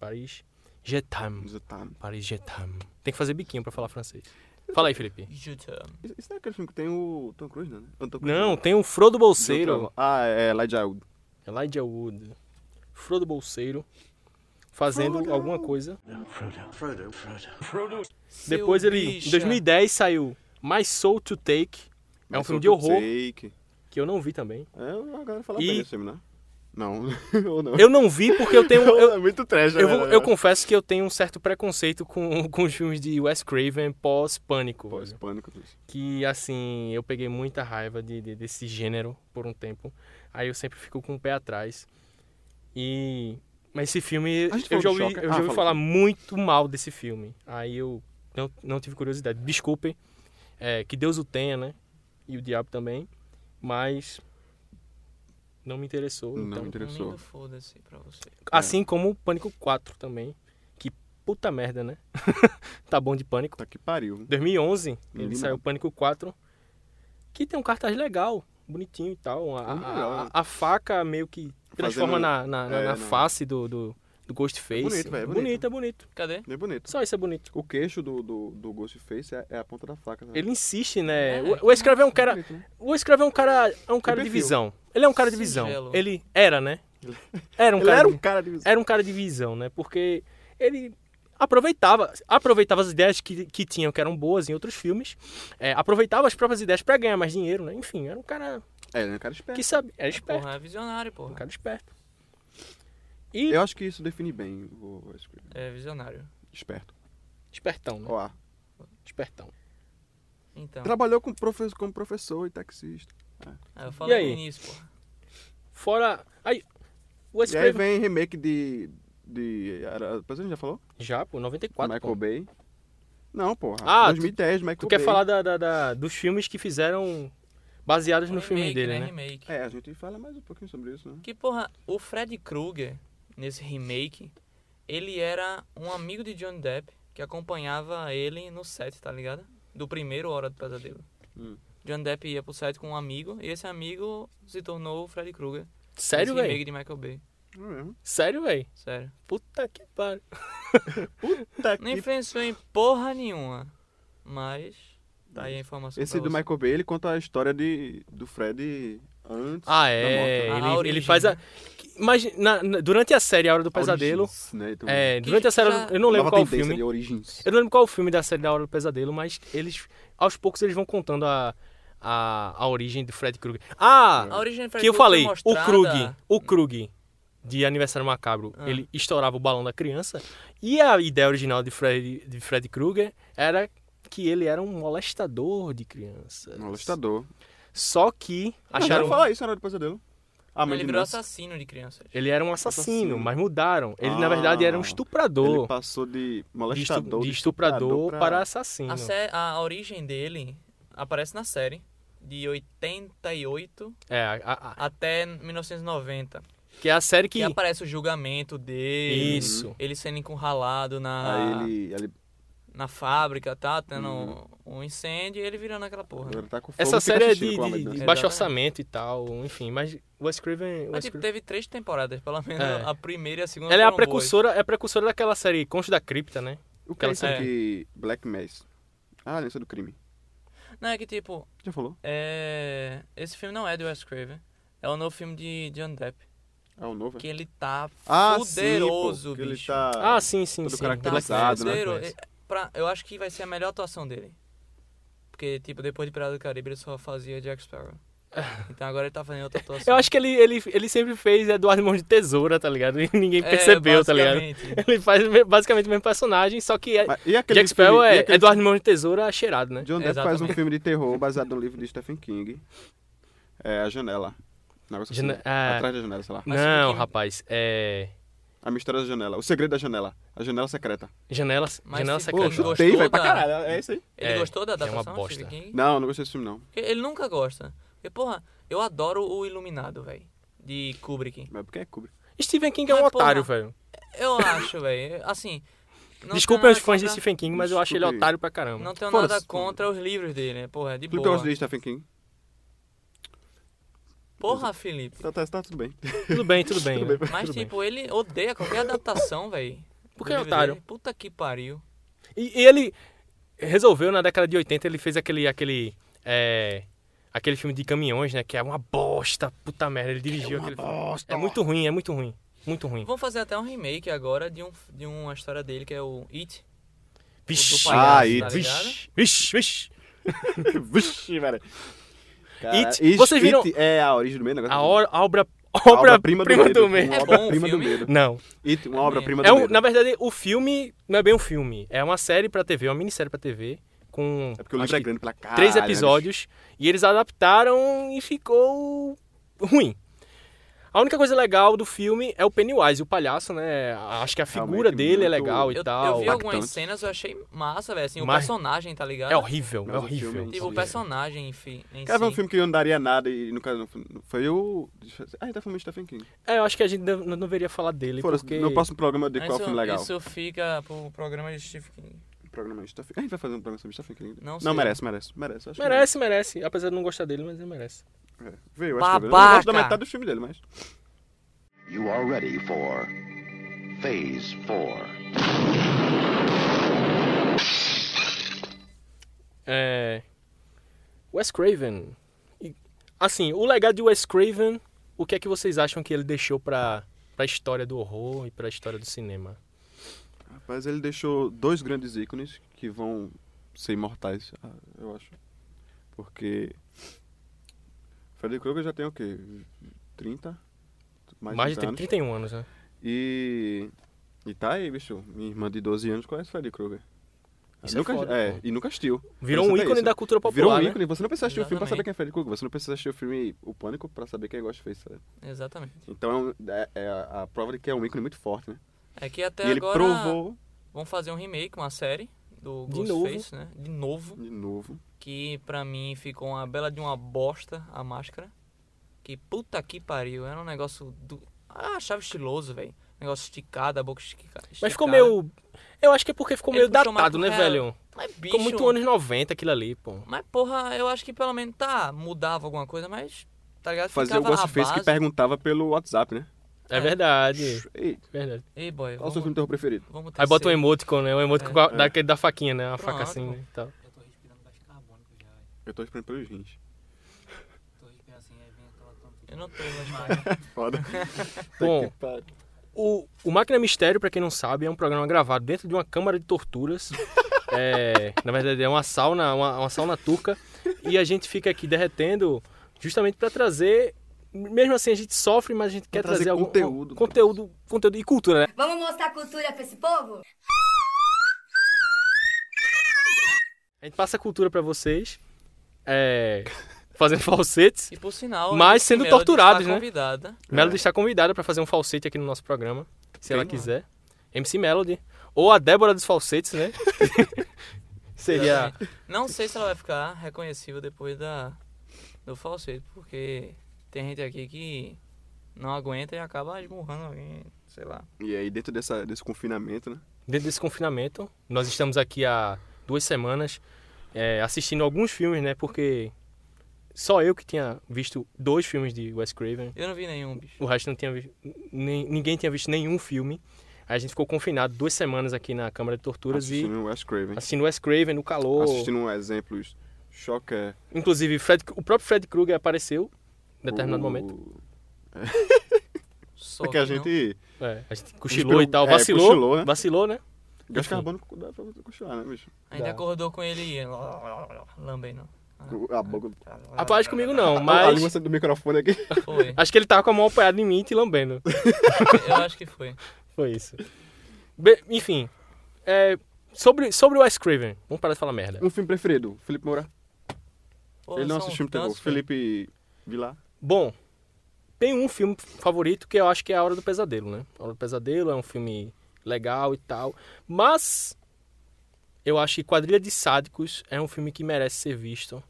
S5: Paris... Jetam.
S3: Bolsonaro.
S5: Paris Jetam. Tem que fazer biquinho pra falar francês. Fala aí, Felipe.
S4: Jutam.
S3: Isso não é aquele filme que tem o Tom Cruise, né? O Tom Cruise,
S5: Não,
S3: né?
S5: tem o Frodo Bolseiro.
S3: Ah, é Elijah Wood.
S5: Elijah Wood, Frodo Bolseiro, fazendo alguma coisa. Depois
S4: Seu
S5: ele,
S4: bicha.
S5: em 2010, saiu My Soul to Take. É um filme de horror
S3: Take.
S5: que eu não vi também.
S3: É, a galera fala
S5: E-
S3: bem desse filme, né? Não, ou não.
S5: Eu não vi porque eu tenho.
S3: é
S5: Eu,
S3: muito trash,
S5: eu,
S3: né,
S5: vou- eu
S3: galera?
S5: confesso que eu tenho um certo preconceito com, com os filmes de Wes Craven pós-pânico.
S3: Pô, esse
S5: velho.
S3: pânico, bicho.
S5: Que assim, eu peguei muita raiva de, de- desse gênero por um tempo. Aí eu sempre fico com o pé atrás. E. Mas esse filme,
S3: A gente
S5: eu
S3: falou
S5: já
S3: do
S5: ouvi,
S3: Shocker?
S5: eu
S3: Ah,
S5: já ouvi
S3: fala,
S5: falar
S3: fala.
S5: muito mal desse filme. Aí eu não, não tive curiosidade. Desculpem. É, que Deus o tenha, né? E o diabo também. Mas. Não me interessou.
S3: Não
S4: É.
S5: então.
S3: me interessou.
S4: Lindo foda-se pra você.
S5: Assim como o Pânico 4 também. Que puta merda, né? tá bom de pânico.
S3: Tá que pariu.
S5: 2011, ele
S3: Menino.
S5: saiu Pânico 4, que tem um cartaz legal, bonitinho e tal. A, a-
S3: legal, né?
S5: a- a faca meio que transforma
S3: Fazendo-
S5: na, na, na-
S3: é,
S5: na
S3: na-
S5: face do, do, do Ghostface.
S3: bonito, velho, é bonito.
S5: bonito, é bonito.
S4: Cadê?
S3: É bonito.
S5: Só isso é bonito.
S3: O queixo do, do, do Ghostface é, é a ponta da faca. sabe?
S5: Ele insiste, né?
S4: É,
S5: o, o escravo é um cara.
S3: bonito, né?
S5: O escravo é um cara. É um cara de
S3: perfil.
S5: visão. Ele é um cara de visão.
S4: Singelo.
S5: Ele era, né? Era um
S3: Ele
S5: cara.
S3: era
S5: de-
S3: um cara de visão.
S5: era um cara de visão, né? Porque ele aproveitava, aproveitava as ideias que, que tinham, que eram boas em outros filmes, é, aproveitava as próprias ideias pra ganhar mais dinheiro, né? Enfim, era um cara
S3: É, ele era um cara esperto.
S5: que sabe, era esperto,
S4: Porra, é visionário,
S5: um
S4: porra.
S5: cara esperto. E
S3: Eu acho que isso define bem o o Scream.
S4: É visionário.
S3: Esperto.
S5: espertão, né?
S3: Ó, ah.
S5: Espertão.
S4: Então.
S3: Trabalhou com profe- como professor e taxista.
S4: Ah, eu falei
S5: aí?
S4: no início, porra.
S5: Fora aí o Wes
S3: E aí
S5: Craven
S3: vem remake de. de. Era, depois a gente já falou?
S5: já, pô, 94.
S3: Michael
S5: pô.
S3: Bay. Não, porra.
S5: Ah,
S3: 2010, Michael
S5: Tu
S3: Bay.
S5: quer falar da, da- da- dos filmes que fizeram baseados no filme
S4: Remake,
S5: dele, né?
S4: Remake.
S3: É, a gente fala mais um pouquinho sobre isso, né?
S4: Que porra, o Fred Krueger, nesse remake, ele era um amigo de Johnny Depp que acompanhava ele no set, tá ligado? Do primeiro Hora do Pesadelo.
S3: Hum.
S4: Johnny Depp ia pro set com um amigo e esse amigo se tornou o Freddy Krueger.
S5: Sério,
S4: Esse
S5: velho?
S4: remake de Michael Bay,
S3: Não é mesmo?
S5: Sério, velho?
S4: sério.
S5: Puta que pariu.
S3: Tá
S4: Não
S3: que-
S4: influenciou em porra nenhuma, mas tá aí a informação
S3: Esse
S4: pra
S3: do
S4: você.
S3: Michael Bay, ele conta a história de, do Fred antes
S5: Ah,
S3: da
S5: é.
S3: morte.
S4: morte, né? A
S5: Ele, ele
S4: origem,
S5: faz a.
S4: né?
S5: Mas na- na- durante a série A Hora do Pesadelo.
S3: Origins, né? Então,
S5: É,
S4: Que
S5: durante a série.
S4: já-
S5: Eu não lembro
S3: nova
S5: qual o
S3: tendência
S5: filme.
S3: de Origins.
S5: Eu não lembro qual o filme da série da Hora do Pesadelo, mas eles. Aos poucos eles vão contando a. A, a origem do Fred Krueger. Ah!
S4: A origem do É. Fred
S5: que eu
S4: Krueger
S5: falei,
S4: foi
S5: o Krug.
S4: mostrada-
S5: O Krug de Aniversário Macabro.
S4: Ah.
S5: Ele estourava o balão da criança. E a ideia original de Fred, de Fred Krueger era que ele era um molestador de crianças.
S3: Molestador.
S5: Só que
S3: Acharam
S5: acharam.
S3: falar isso né, na hora do pesadelo. Ah, mas
S4: Ele virou assassino de crianças.
S5: Ele era um assassino,
S3: Assassino.
S5: mas mudaram. Ele, na
S3: Ah.
S5: verdade, era um estuprador.
S3: Ele passou de
S5: de, estu-
S3: molestador,
S5: de estuprador
S3: pra-
S5: para assassino.
S4: A, sé- a origem dele aparece na série de 88
S5: É, a- a- a-
S4: até 1990.
S5: que é a série que.
S4: Que aparece o julgamento dele.
S3: Uhum.
S5: Isso. Ah,
S4: Ele sendo encurralado na.
S3: Aí ele, ele
S4: na fábrica, tá? Tendo
S3: Uhum.
S4: um incêndio e ele virando aquela porra. né?
S3: Ele tá com fogo
S5: Essa
S3: e fica
S5: série é
S3: xixi
S5: de,
S3: com a
S5: de-
S3: lâmina.
S5: de baixo
S4: Exatamente.
S5: orçamento e tal, enfim, mas Wes Craven...
S4: Mas
S5: Wes
S4: tipo,
S5: Craven-
S4: teve três temporadas, pelo menos
S5: É.
S4: a primeira e a segunda.
S5: Ela é a
S4: foram boas.
S5: precursora, é a precursora daquela série Contos da Cripta, né?
S3: O que é
S5: Aquela
S3: isso
S4: série.
S3: aqui? Black Mass. Ah, aliança do crime.
S4: Não, é que tipo,
S3: Já falou?
S4: é... esse filme não é do Wes Craven. É o novo filme de John Depp.
S3: É o novo? é?
S4: Que ele tá
S3: Ah,
S4: fuderoso,
S3: sim, pô, que
S4: bicho.
S3: Ele tá...
S5: Ah, sim, sim,
S3: Todo
S5: sim.
S4: tá
S3: caracterizado, né?
S4: fudeiro- é, pra- eu acho que vai ser a melhor atuação dele. Porque, tipo, depois de Pirata do Caribe ele só fazia Jack Sparrow. Então agora ele tá fazendo outra atuação.
S5: Eu acho que ele, ele, ele sempre fez Eduardo Mão de Tesoura, tá ligado? E ninguém percebeu, tá ligado?
S4: É, basicamente.
S5: Ele faz me- basicamente o mesmo personagem, só que é,
S3: Mas- E aquele
S5: Jack Sparrow
S3: filme- e
S5: é
S3: aquele-
S5: Eduardo Mão de Tesoura cheirado, né?
S3: John Depp faz um
S4: Exatamente.
S3: filme de terror baseado no livro de Stephen King. É A Janela. Um negócio assim,
S5: Jane-
S3: né?
S5: ah.
S3: Atrás da janela, sei lá.
S4: Mas
S5: Não,
S4: fica aqui-
S5: rapaz, é...
S3: A misteriosa janela. O segredo da janela. A janela secreta.
S5: Janela,
S4: Mas
S5: janela
S4: fica-
S5: secreta.
S4: Gostou
S3: Tem, velho, pra
S4: da-
S3: caralho. É isso aí.
S4: Ele
S5: É,
S4: gostou da
S5: é uma
S4: adaptação do
S5: bosta.
S4: Stephen King?
S3: Não, não gostei desse filme, não.
S4: Porque Ele nunca gosta. Porque, porra, eu adoro o Iluminado, velho. De Kubrick.
S3: Mas porque é Kubrick.
S5: Stephen King é um
S4: Mas, porra,
S5: otário, velho.
S4: Eu acho, velho. Assim. não
S5: Desculpem
S4: tenho
S5: os
S4: nada
S5: fãs de
S4: contra-
S5: Stephen King, mas eu acho ele
S3: Desculpe.
S5: otário pra caramba.
S4: Não tenho
S3: Foda-se.
S4: nada contra os livros dele, né? Porra, é de
S3: Tu gosta
S4: boa.
S3: de Stephen King?
S4: Porra, Felipe.
S3: Tá, tá, tá tudo bem.
S5: Tudo bem, tudo bem. né?
S4: Mas,
S5: Tudo bem.
S4: tipo, ele odeia qualquer adaptação, velho.
S5: Por que é otário?
S4: Puta que pariu.
S5: E, e ele resolveu, na década de 80, ele fez aquele. aquele é, aquele filme de caminhões, né? Que é uma bosta, puta merda. Ele dirigiu aquele filme. É muito ruim, é muito ruim. Muito ruim.
S4: Vamos fazer até um remake agora de, um, de uma história dele que é o It.
S5: Vixe,
S3: palhaço,
S5: aí,
S3: tá
S5: vixe, vixe, vixe.
S3: Vixe, velho.
S5: It, vocês viram-
S3: It é a origem do medo? negócio
S5: A,
S3: do-
S5: or- a obra,
S3: a
S5: obra-prima do,
S3: medo.
S5: mês.
S3: Uma
S4: É bom o
S3: obra-prima do
S4: filme?
S3: medo.
S5: Não.
S3: It, uma obra-prima do
S5: É um,
S3: medo.
S5: na verdade, o filme não é bem um filme. É uma série pra TV, uma minissérie pra TV. Com
S3: É porque o
S5: acho
S3: livro é
S5: que
S3: grande pra caralho.
S5: três
S3: né,
S5: episódios e eles adaptaram e ficou ruim. A única coisa legal do filme é o Pennywise, o palhaço, né? Acho que a figura
S3: Realmente
S5: dele é
S3: muito-
S5: legal e
S4: Eu, eu
S5: tal. É
S4: vi algumas
S3: impactante.
S4: cenas, eu achei massa, velho. Assim, o
S5: Mas-
S4: personagem, tá ligado?
S5: É horrível,
S3: Mas
S5: é
S3: o filme é
S5: horrível.
S4: Tipo, o personagem, enfim. Em
S3: bicho? Cara, foi um
S4: si.
S3: filme que eu não daria nada e nunca... não- Foi o... Ah, tá falando de Stephen King.
S5: É, eu acho que a gente não não deveria falar dele,
S3: Fora,
S5: porque... Ah,
S3: No próximo programa eu digo
S4: Mas
S3: qual é o
S4: isso,
S5: um-
S3: filme legal.
S4: Isso fica pro programa de Stephen King.
S5: é-
S3: Programa de Stephen... A gente vai fazer um programa sobre Stephen King.
S4: Não sei.
S3: Não, merece, merece. Merece, acho que
S5: Merece, merece. Apesar de não gostar dele, mas ele
S3: merece.
S5: merece.
S3: É, Veio, acho que eu
S4: Babaca!
S3: gosto da metade do filme dele, mas...
S2: You are ready for Phase 4.
S5: É... Wes Craven. E, assim, o legado de Wes Craven, o que é que vocês acham que ele deixou pra, pra história do horror e pra história do cinema?
S3: Mas ele deixou dois grandes ícones que vão ser imortais, ah, eu acho. Porque. Freddy Krueger já tem o quê? 30?
S5: Mais,
S3: Mais,
S5: de
S3: 30
S5: 30,
S3: anos.
S5: 31 anos, né?
S3: E. E tá aí, bicho. Minha irmã de 12 anos conhece Freddy Krueger.
S5: Isso é
S3: nunca,
S5: foda,
S3: é,
S5: pô.
S3: e nunca assistiu.
S5: Virou
S3: Pensa
S5: um
S3: daí,
S5: ícone
S3: isso.
S5: da cultura popular,
S3: Virou um
S5: né?
S3: ícone. Você não precisa assistir o filme pra saber
S4: Exatamente.
S3: quem é Freddy Krueger. Você não precisa assistir o filme O Pânico pra saber quem gosta de Face. sabe?
S4: Exatamente.
S3: Então é, um- é- é a, a prova de que é um ícone muito forte, né?
S4: É que até
S3: e ele
S4: agora
S3: provou
S4: vão fazer um remake, uma série do
S5: De novo.
S4: Ghostface, né? De novo.
S3: de novo.
S4: Que pra mim ficou uma bela de uma bosta a máscara. Que puta que pariu. Era um negócio do. Ah, achava estiloso, velho. Negócio esticado, a boca estica- esticada.
S5: Mas ficou meio... Eu acho que é porque ficou
S4: É Ele
S5: meio
S4: puxou mais
S5: datado,
S4: pro
S5: né,
S4: real.
S5: velho?
S4: Mas bicho.
S5: Ficou muito anos 90 aquilo ali, pô.
S4: Mas porra, eu acho que pelo menos tá, mudava alguma coisa, mas. Tá ligado?
S3: Fazer o
S4: Ficava a
S3: Ghostface que
S4: base.
S3: perguntava pelo WhatsApp, né?
S5: É verdade,
S3: Ei, um
S5: verdade.
S4: Ei, boy.
S3: qual o
S4: Vamos,
S3: seu filme de terror preferido?
S4: vamos ter
S5: Aí bota um
S4: ser-
S5: emoticon, né? Um emoticon
S4: Tá É.
S5: com a- daquele da faquinha, né? Uma faca
S4: Pronto.
S5: assim, né? e tal.
S3: Eu tô esperando pelos rins. assim,
S4: Eu não tô, mas.
S3: Foda.
S5: Bom, O, o Máquina Mistério, pra quem não sabe, é um programa gravado dentro de uma câmara de torturas. É, na verdade, é uma sauna, uma, uma sauna turca. E a gente fica aqui derretendo justamente pra trazer. Mesmo assim, a gente sofre, mas a gente quer
S3: trazer
S5: trazer, algum
S3: conteúdo.
S5: conteúdo, conteúdo e cultura, né?
S10: Vamos mostrar cultura pra esse povo?
S5: A gente passa cultura pra vocês, é, fazendo falsetes.
S4: E por sinal.
S5: Mas sendo
S4: Melody está
S5: torturados, né?
S4: Convidada.
S5: Melody está convidada pra fazer um falsete aqui no nosso programa, se
S3: Quem
S5: ela
S3: não?
S5: quiser. MC Melody. Ou a Débora dos falsetes, né? É. Seria.
S4: Exatamente. Não sei se ela vai ficar reconhecível depois da do falsete, porque tem gente aqui que não aguenta e acaba esmurrando alguém, sei lá.
S3: E aí, dentro dessa, desse confinamento, né?
S5: dentro desse confinamento. Nós estamos aqui há duas semanas é, assistindo alguns filmes, né? Porque só eu que tinha visto dois filmes de Wes Craven.
S4: Eu não vi nenhum, bicho.
S5: O resto não tinha visto. nem- Ninguém tinha visto nenhum filme. Aí a gente ficou confinado duas semanas aqui na Câmara de Torturas
S3: Assistindo
S5: e.
S3: o Wes Craven.
S5: Assistindo Wes Craven no calor.
S3: Assistindo um exemplos choca.
S5: Inclusive, Fred, o próprio Fred Krueger apareceu em determinado momento.
S4: Só
S3: é que a gente.
S5: É, a gente cochilou e tal.
S3: é,
S5: Vacilou.
S3: cochilou, né?
S5: Vacilou, né?
S3: Gás
S5: Enfim.
S3: carbono dá pra você cochilar, né, bicho?
S4: Ainda
S5: Dá.
S4: acordou com ele e... Lambei, não.
S3: O- A boca.
S5: Rapaz, comigo não,
S3: A língua
S5: Ah. mas.
S3: saindo do microfone aqui.
S4: Foi.
S5: Acho que ele tava com a mão apoiada em mim e te lambendo.
S4: Eu acho que foi.
S5: Foi isso. Be- enfim. é, sobre, sobre o Wes Craven. Vamos parar de falar merda.
S3: Um filme preferido, Felipe Moura.
S4: Pô,
S3: Ele não
S5: um
S4: são-
S3: assiste filme terror.
S4: assisti.
S3: Felipe Vilar.
S5: Bom, tem um filme favorito que eu acho que é A Hora do Pesadelo, né? A Hora do Pesadelo é um filme legal e tal. Mas eu acho que Quadrilha de Sádicos é um filme que merece ser visto.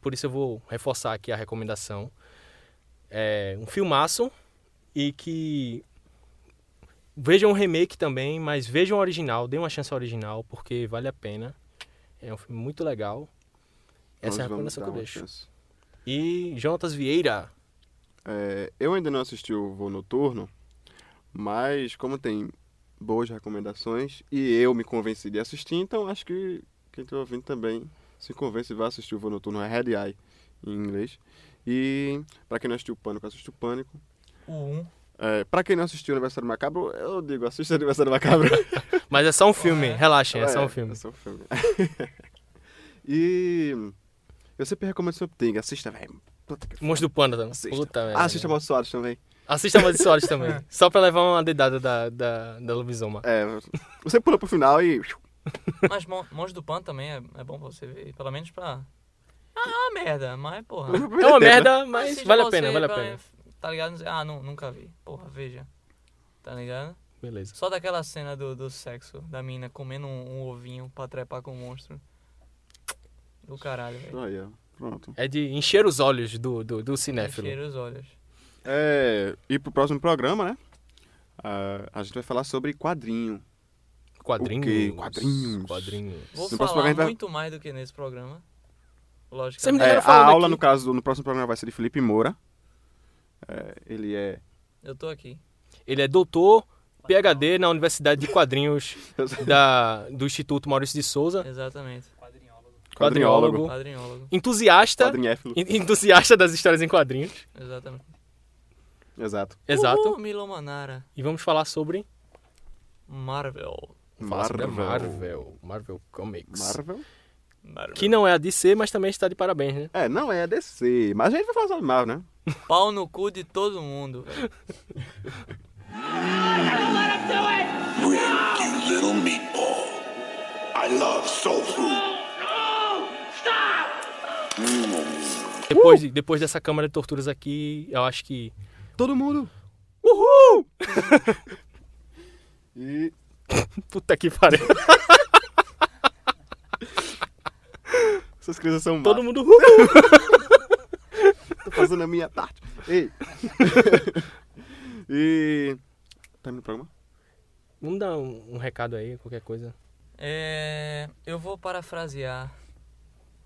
S5: Por isso eu vou reforçar aqui a recomendação. É um filmaço e que vejam o remake também, mas vejam o original, dêem uma chance ao original, porque vale a pena. É um filme muito legal. Essa é a
S3: Nós vamos
S5: recomendação que
S3: dar
S5: eu
S3: uma
S5: deixo.
S3: chance.
S5: E Jonatas Vieira,
S3: É, eu ainda não assisti o Voo Noturno, mas como tem boas recomendações e eu me convenci de assistir, então acho que quem tá ouvindo também se convence e vai assistir o Voo Noturno, é Red Eye em inglês. E pra quem não assistiu o Pânico, assiste o Pânico.
S4: O 1.
S3: É, pra quem não assistiu o Aniversário Macabro, eu digo, assista o Aniversário Macabro.
S5: Mas é só um filme, relaxem, é só um filme.
S3: É só um filme. e eu sempre recomendo Swamp Thing, assista, velho. Puta que-
S5: Monstro do Pântano.
S3: Assista.
S5: Puta merda.
S3: Ah, assista Mal Soares também.
S5: Assista Monstro de Soares também. Só pra levar uma dedada da, da, da lobisoma.
S3: É, você pula pro final e.
S4: Mas Mon- Monge do Pan também é, é bom você ver. Pelo menos pra... Ah, é uma merda, mas porra.
S5: É uma
S3: Tempo, né?
S5: merda, mas
S4: Assiste
S5: vale a
S4: você
S5: pena, vale a
S4: pra-
S5: pena.
S4: Tá ligado? Ah, nu- nunca vi. Porra, veja. Tá ligado?
S5: Beleza.
S4: Só daquela cena do, do sexo da mina comendo um, um ovinho pra trepar com o monstro. Do caralho, velho.
S3: Aí, ó. Pronto.
S5: É de encher os olhos do, do, do cinéfilo.
S4: Cheira os olhos.
S3: É, e pro próximo programa, né? ah, a gente vai falar sobre quadrinho. O
S5: Quadrinhos.
S3: quê? Quadrinhos.
S5: Quadrinhos.
S4: Vou
S3: No próximo programa a
S4: falar
S3: gente vai-
S4: muito mais do que nesse programa.
S5: Você me
S4: Logicamente.
S5: deu-
S3: É,
S5: Eu
S3: a
S5: falando
S3: aula,
S5: aqui-
S3: no caso, do- no próximo programa vai ser de Felipe Moura. É, ele é.
S4: Eu tô aqui.
S5: Ele é doutor, PhD na Universidade de Quadrinhos da, do Instituto Maurício de Souza.
S4: Exatamente.
S3: Quadrinhólogo.
S4: Padrinhólogo.
S5: Entusiasta.
S3: Quadrinhéfilo.
S5: en- Entusiasta das histórias em quadrinhos.
S4: Exatamente.
S3: Exato.
S5: Exato.
S4: Uhul, Milomanara.
S5: E vamos falar sobre
S4: Marvel.
S5: Falar sobre a
S3: Marvel.
S5: assim, né? Marvel. Marvel Comics.
S3: Marvel?
S4: Marvel.
S5: Que não é a DC, mas também está de parabéns, né?
S3: É, não é a DC. Mas a gente vai falar sobre Marvel, né?
S4: Pau no cu de todo mundo, velho.
S7: Rick, you little meatball. I love soul food.
S3: Uh!
S5: Depois, de- depois dessa câmara de torturas aqui, eu acho que.
S3: Todo mundo.
S5: Uhul!
S3: E.
S5: Puta que pariu.
S3: Essas crianças são
S5: Todo
S3: má.
S5: mundo. Uhul!
S3: Tô fazendo a minha parte. Ei. e. Tá indo o programa?
S5: Vamos dar um, um recado aí, qualquer coisa.
S4: É, eu vou parafrasear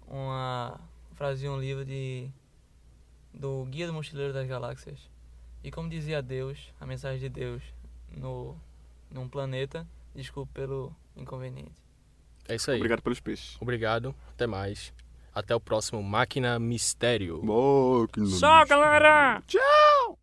S4: uma frase de um livro de do Guia do Mochileiro das Galáxias. E como dizia Deus, a mensagem de Deus no num planeta, desculpe pelo inconveniente.
S5: É isso aí.
S3: Obrigado pelos peixes.
S5: Obrigado. Até mais. Até o próximo Máquina Mistério.
S3: Máquina.
S4: galera.
S3: Tchau!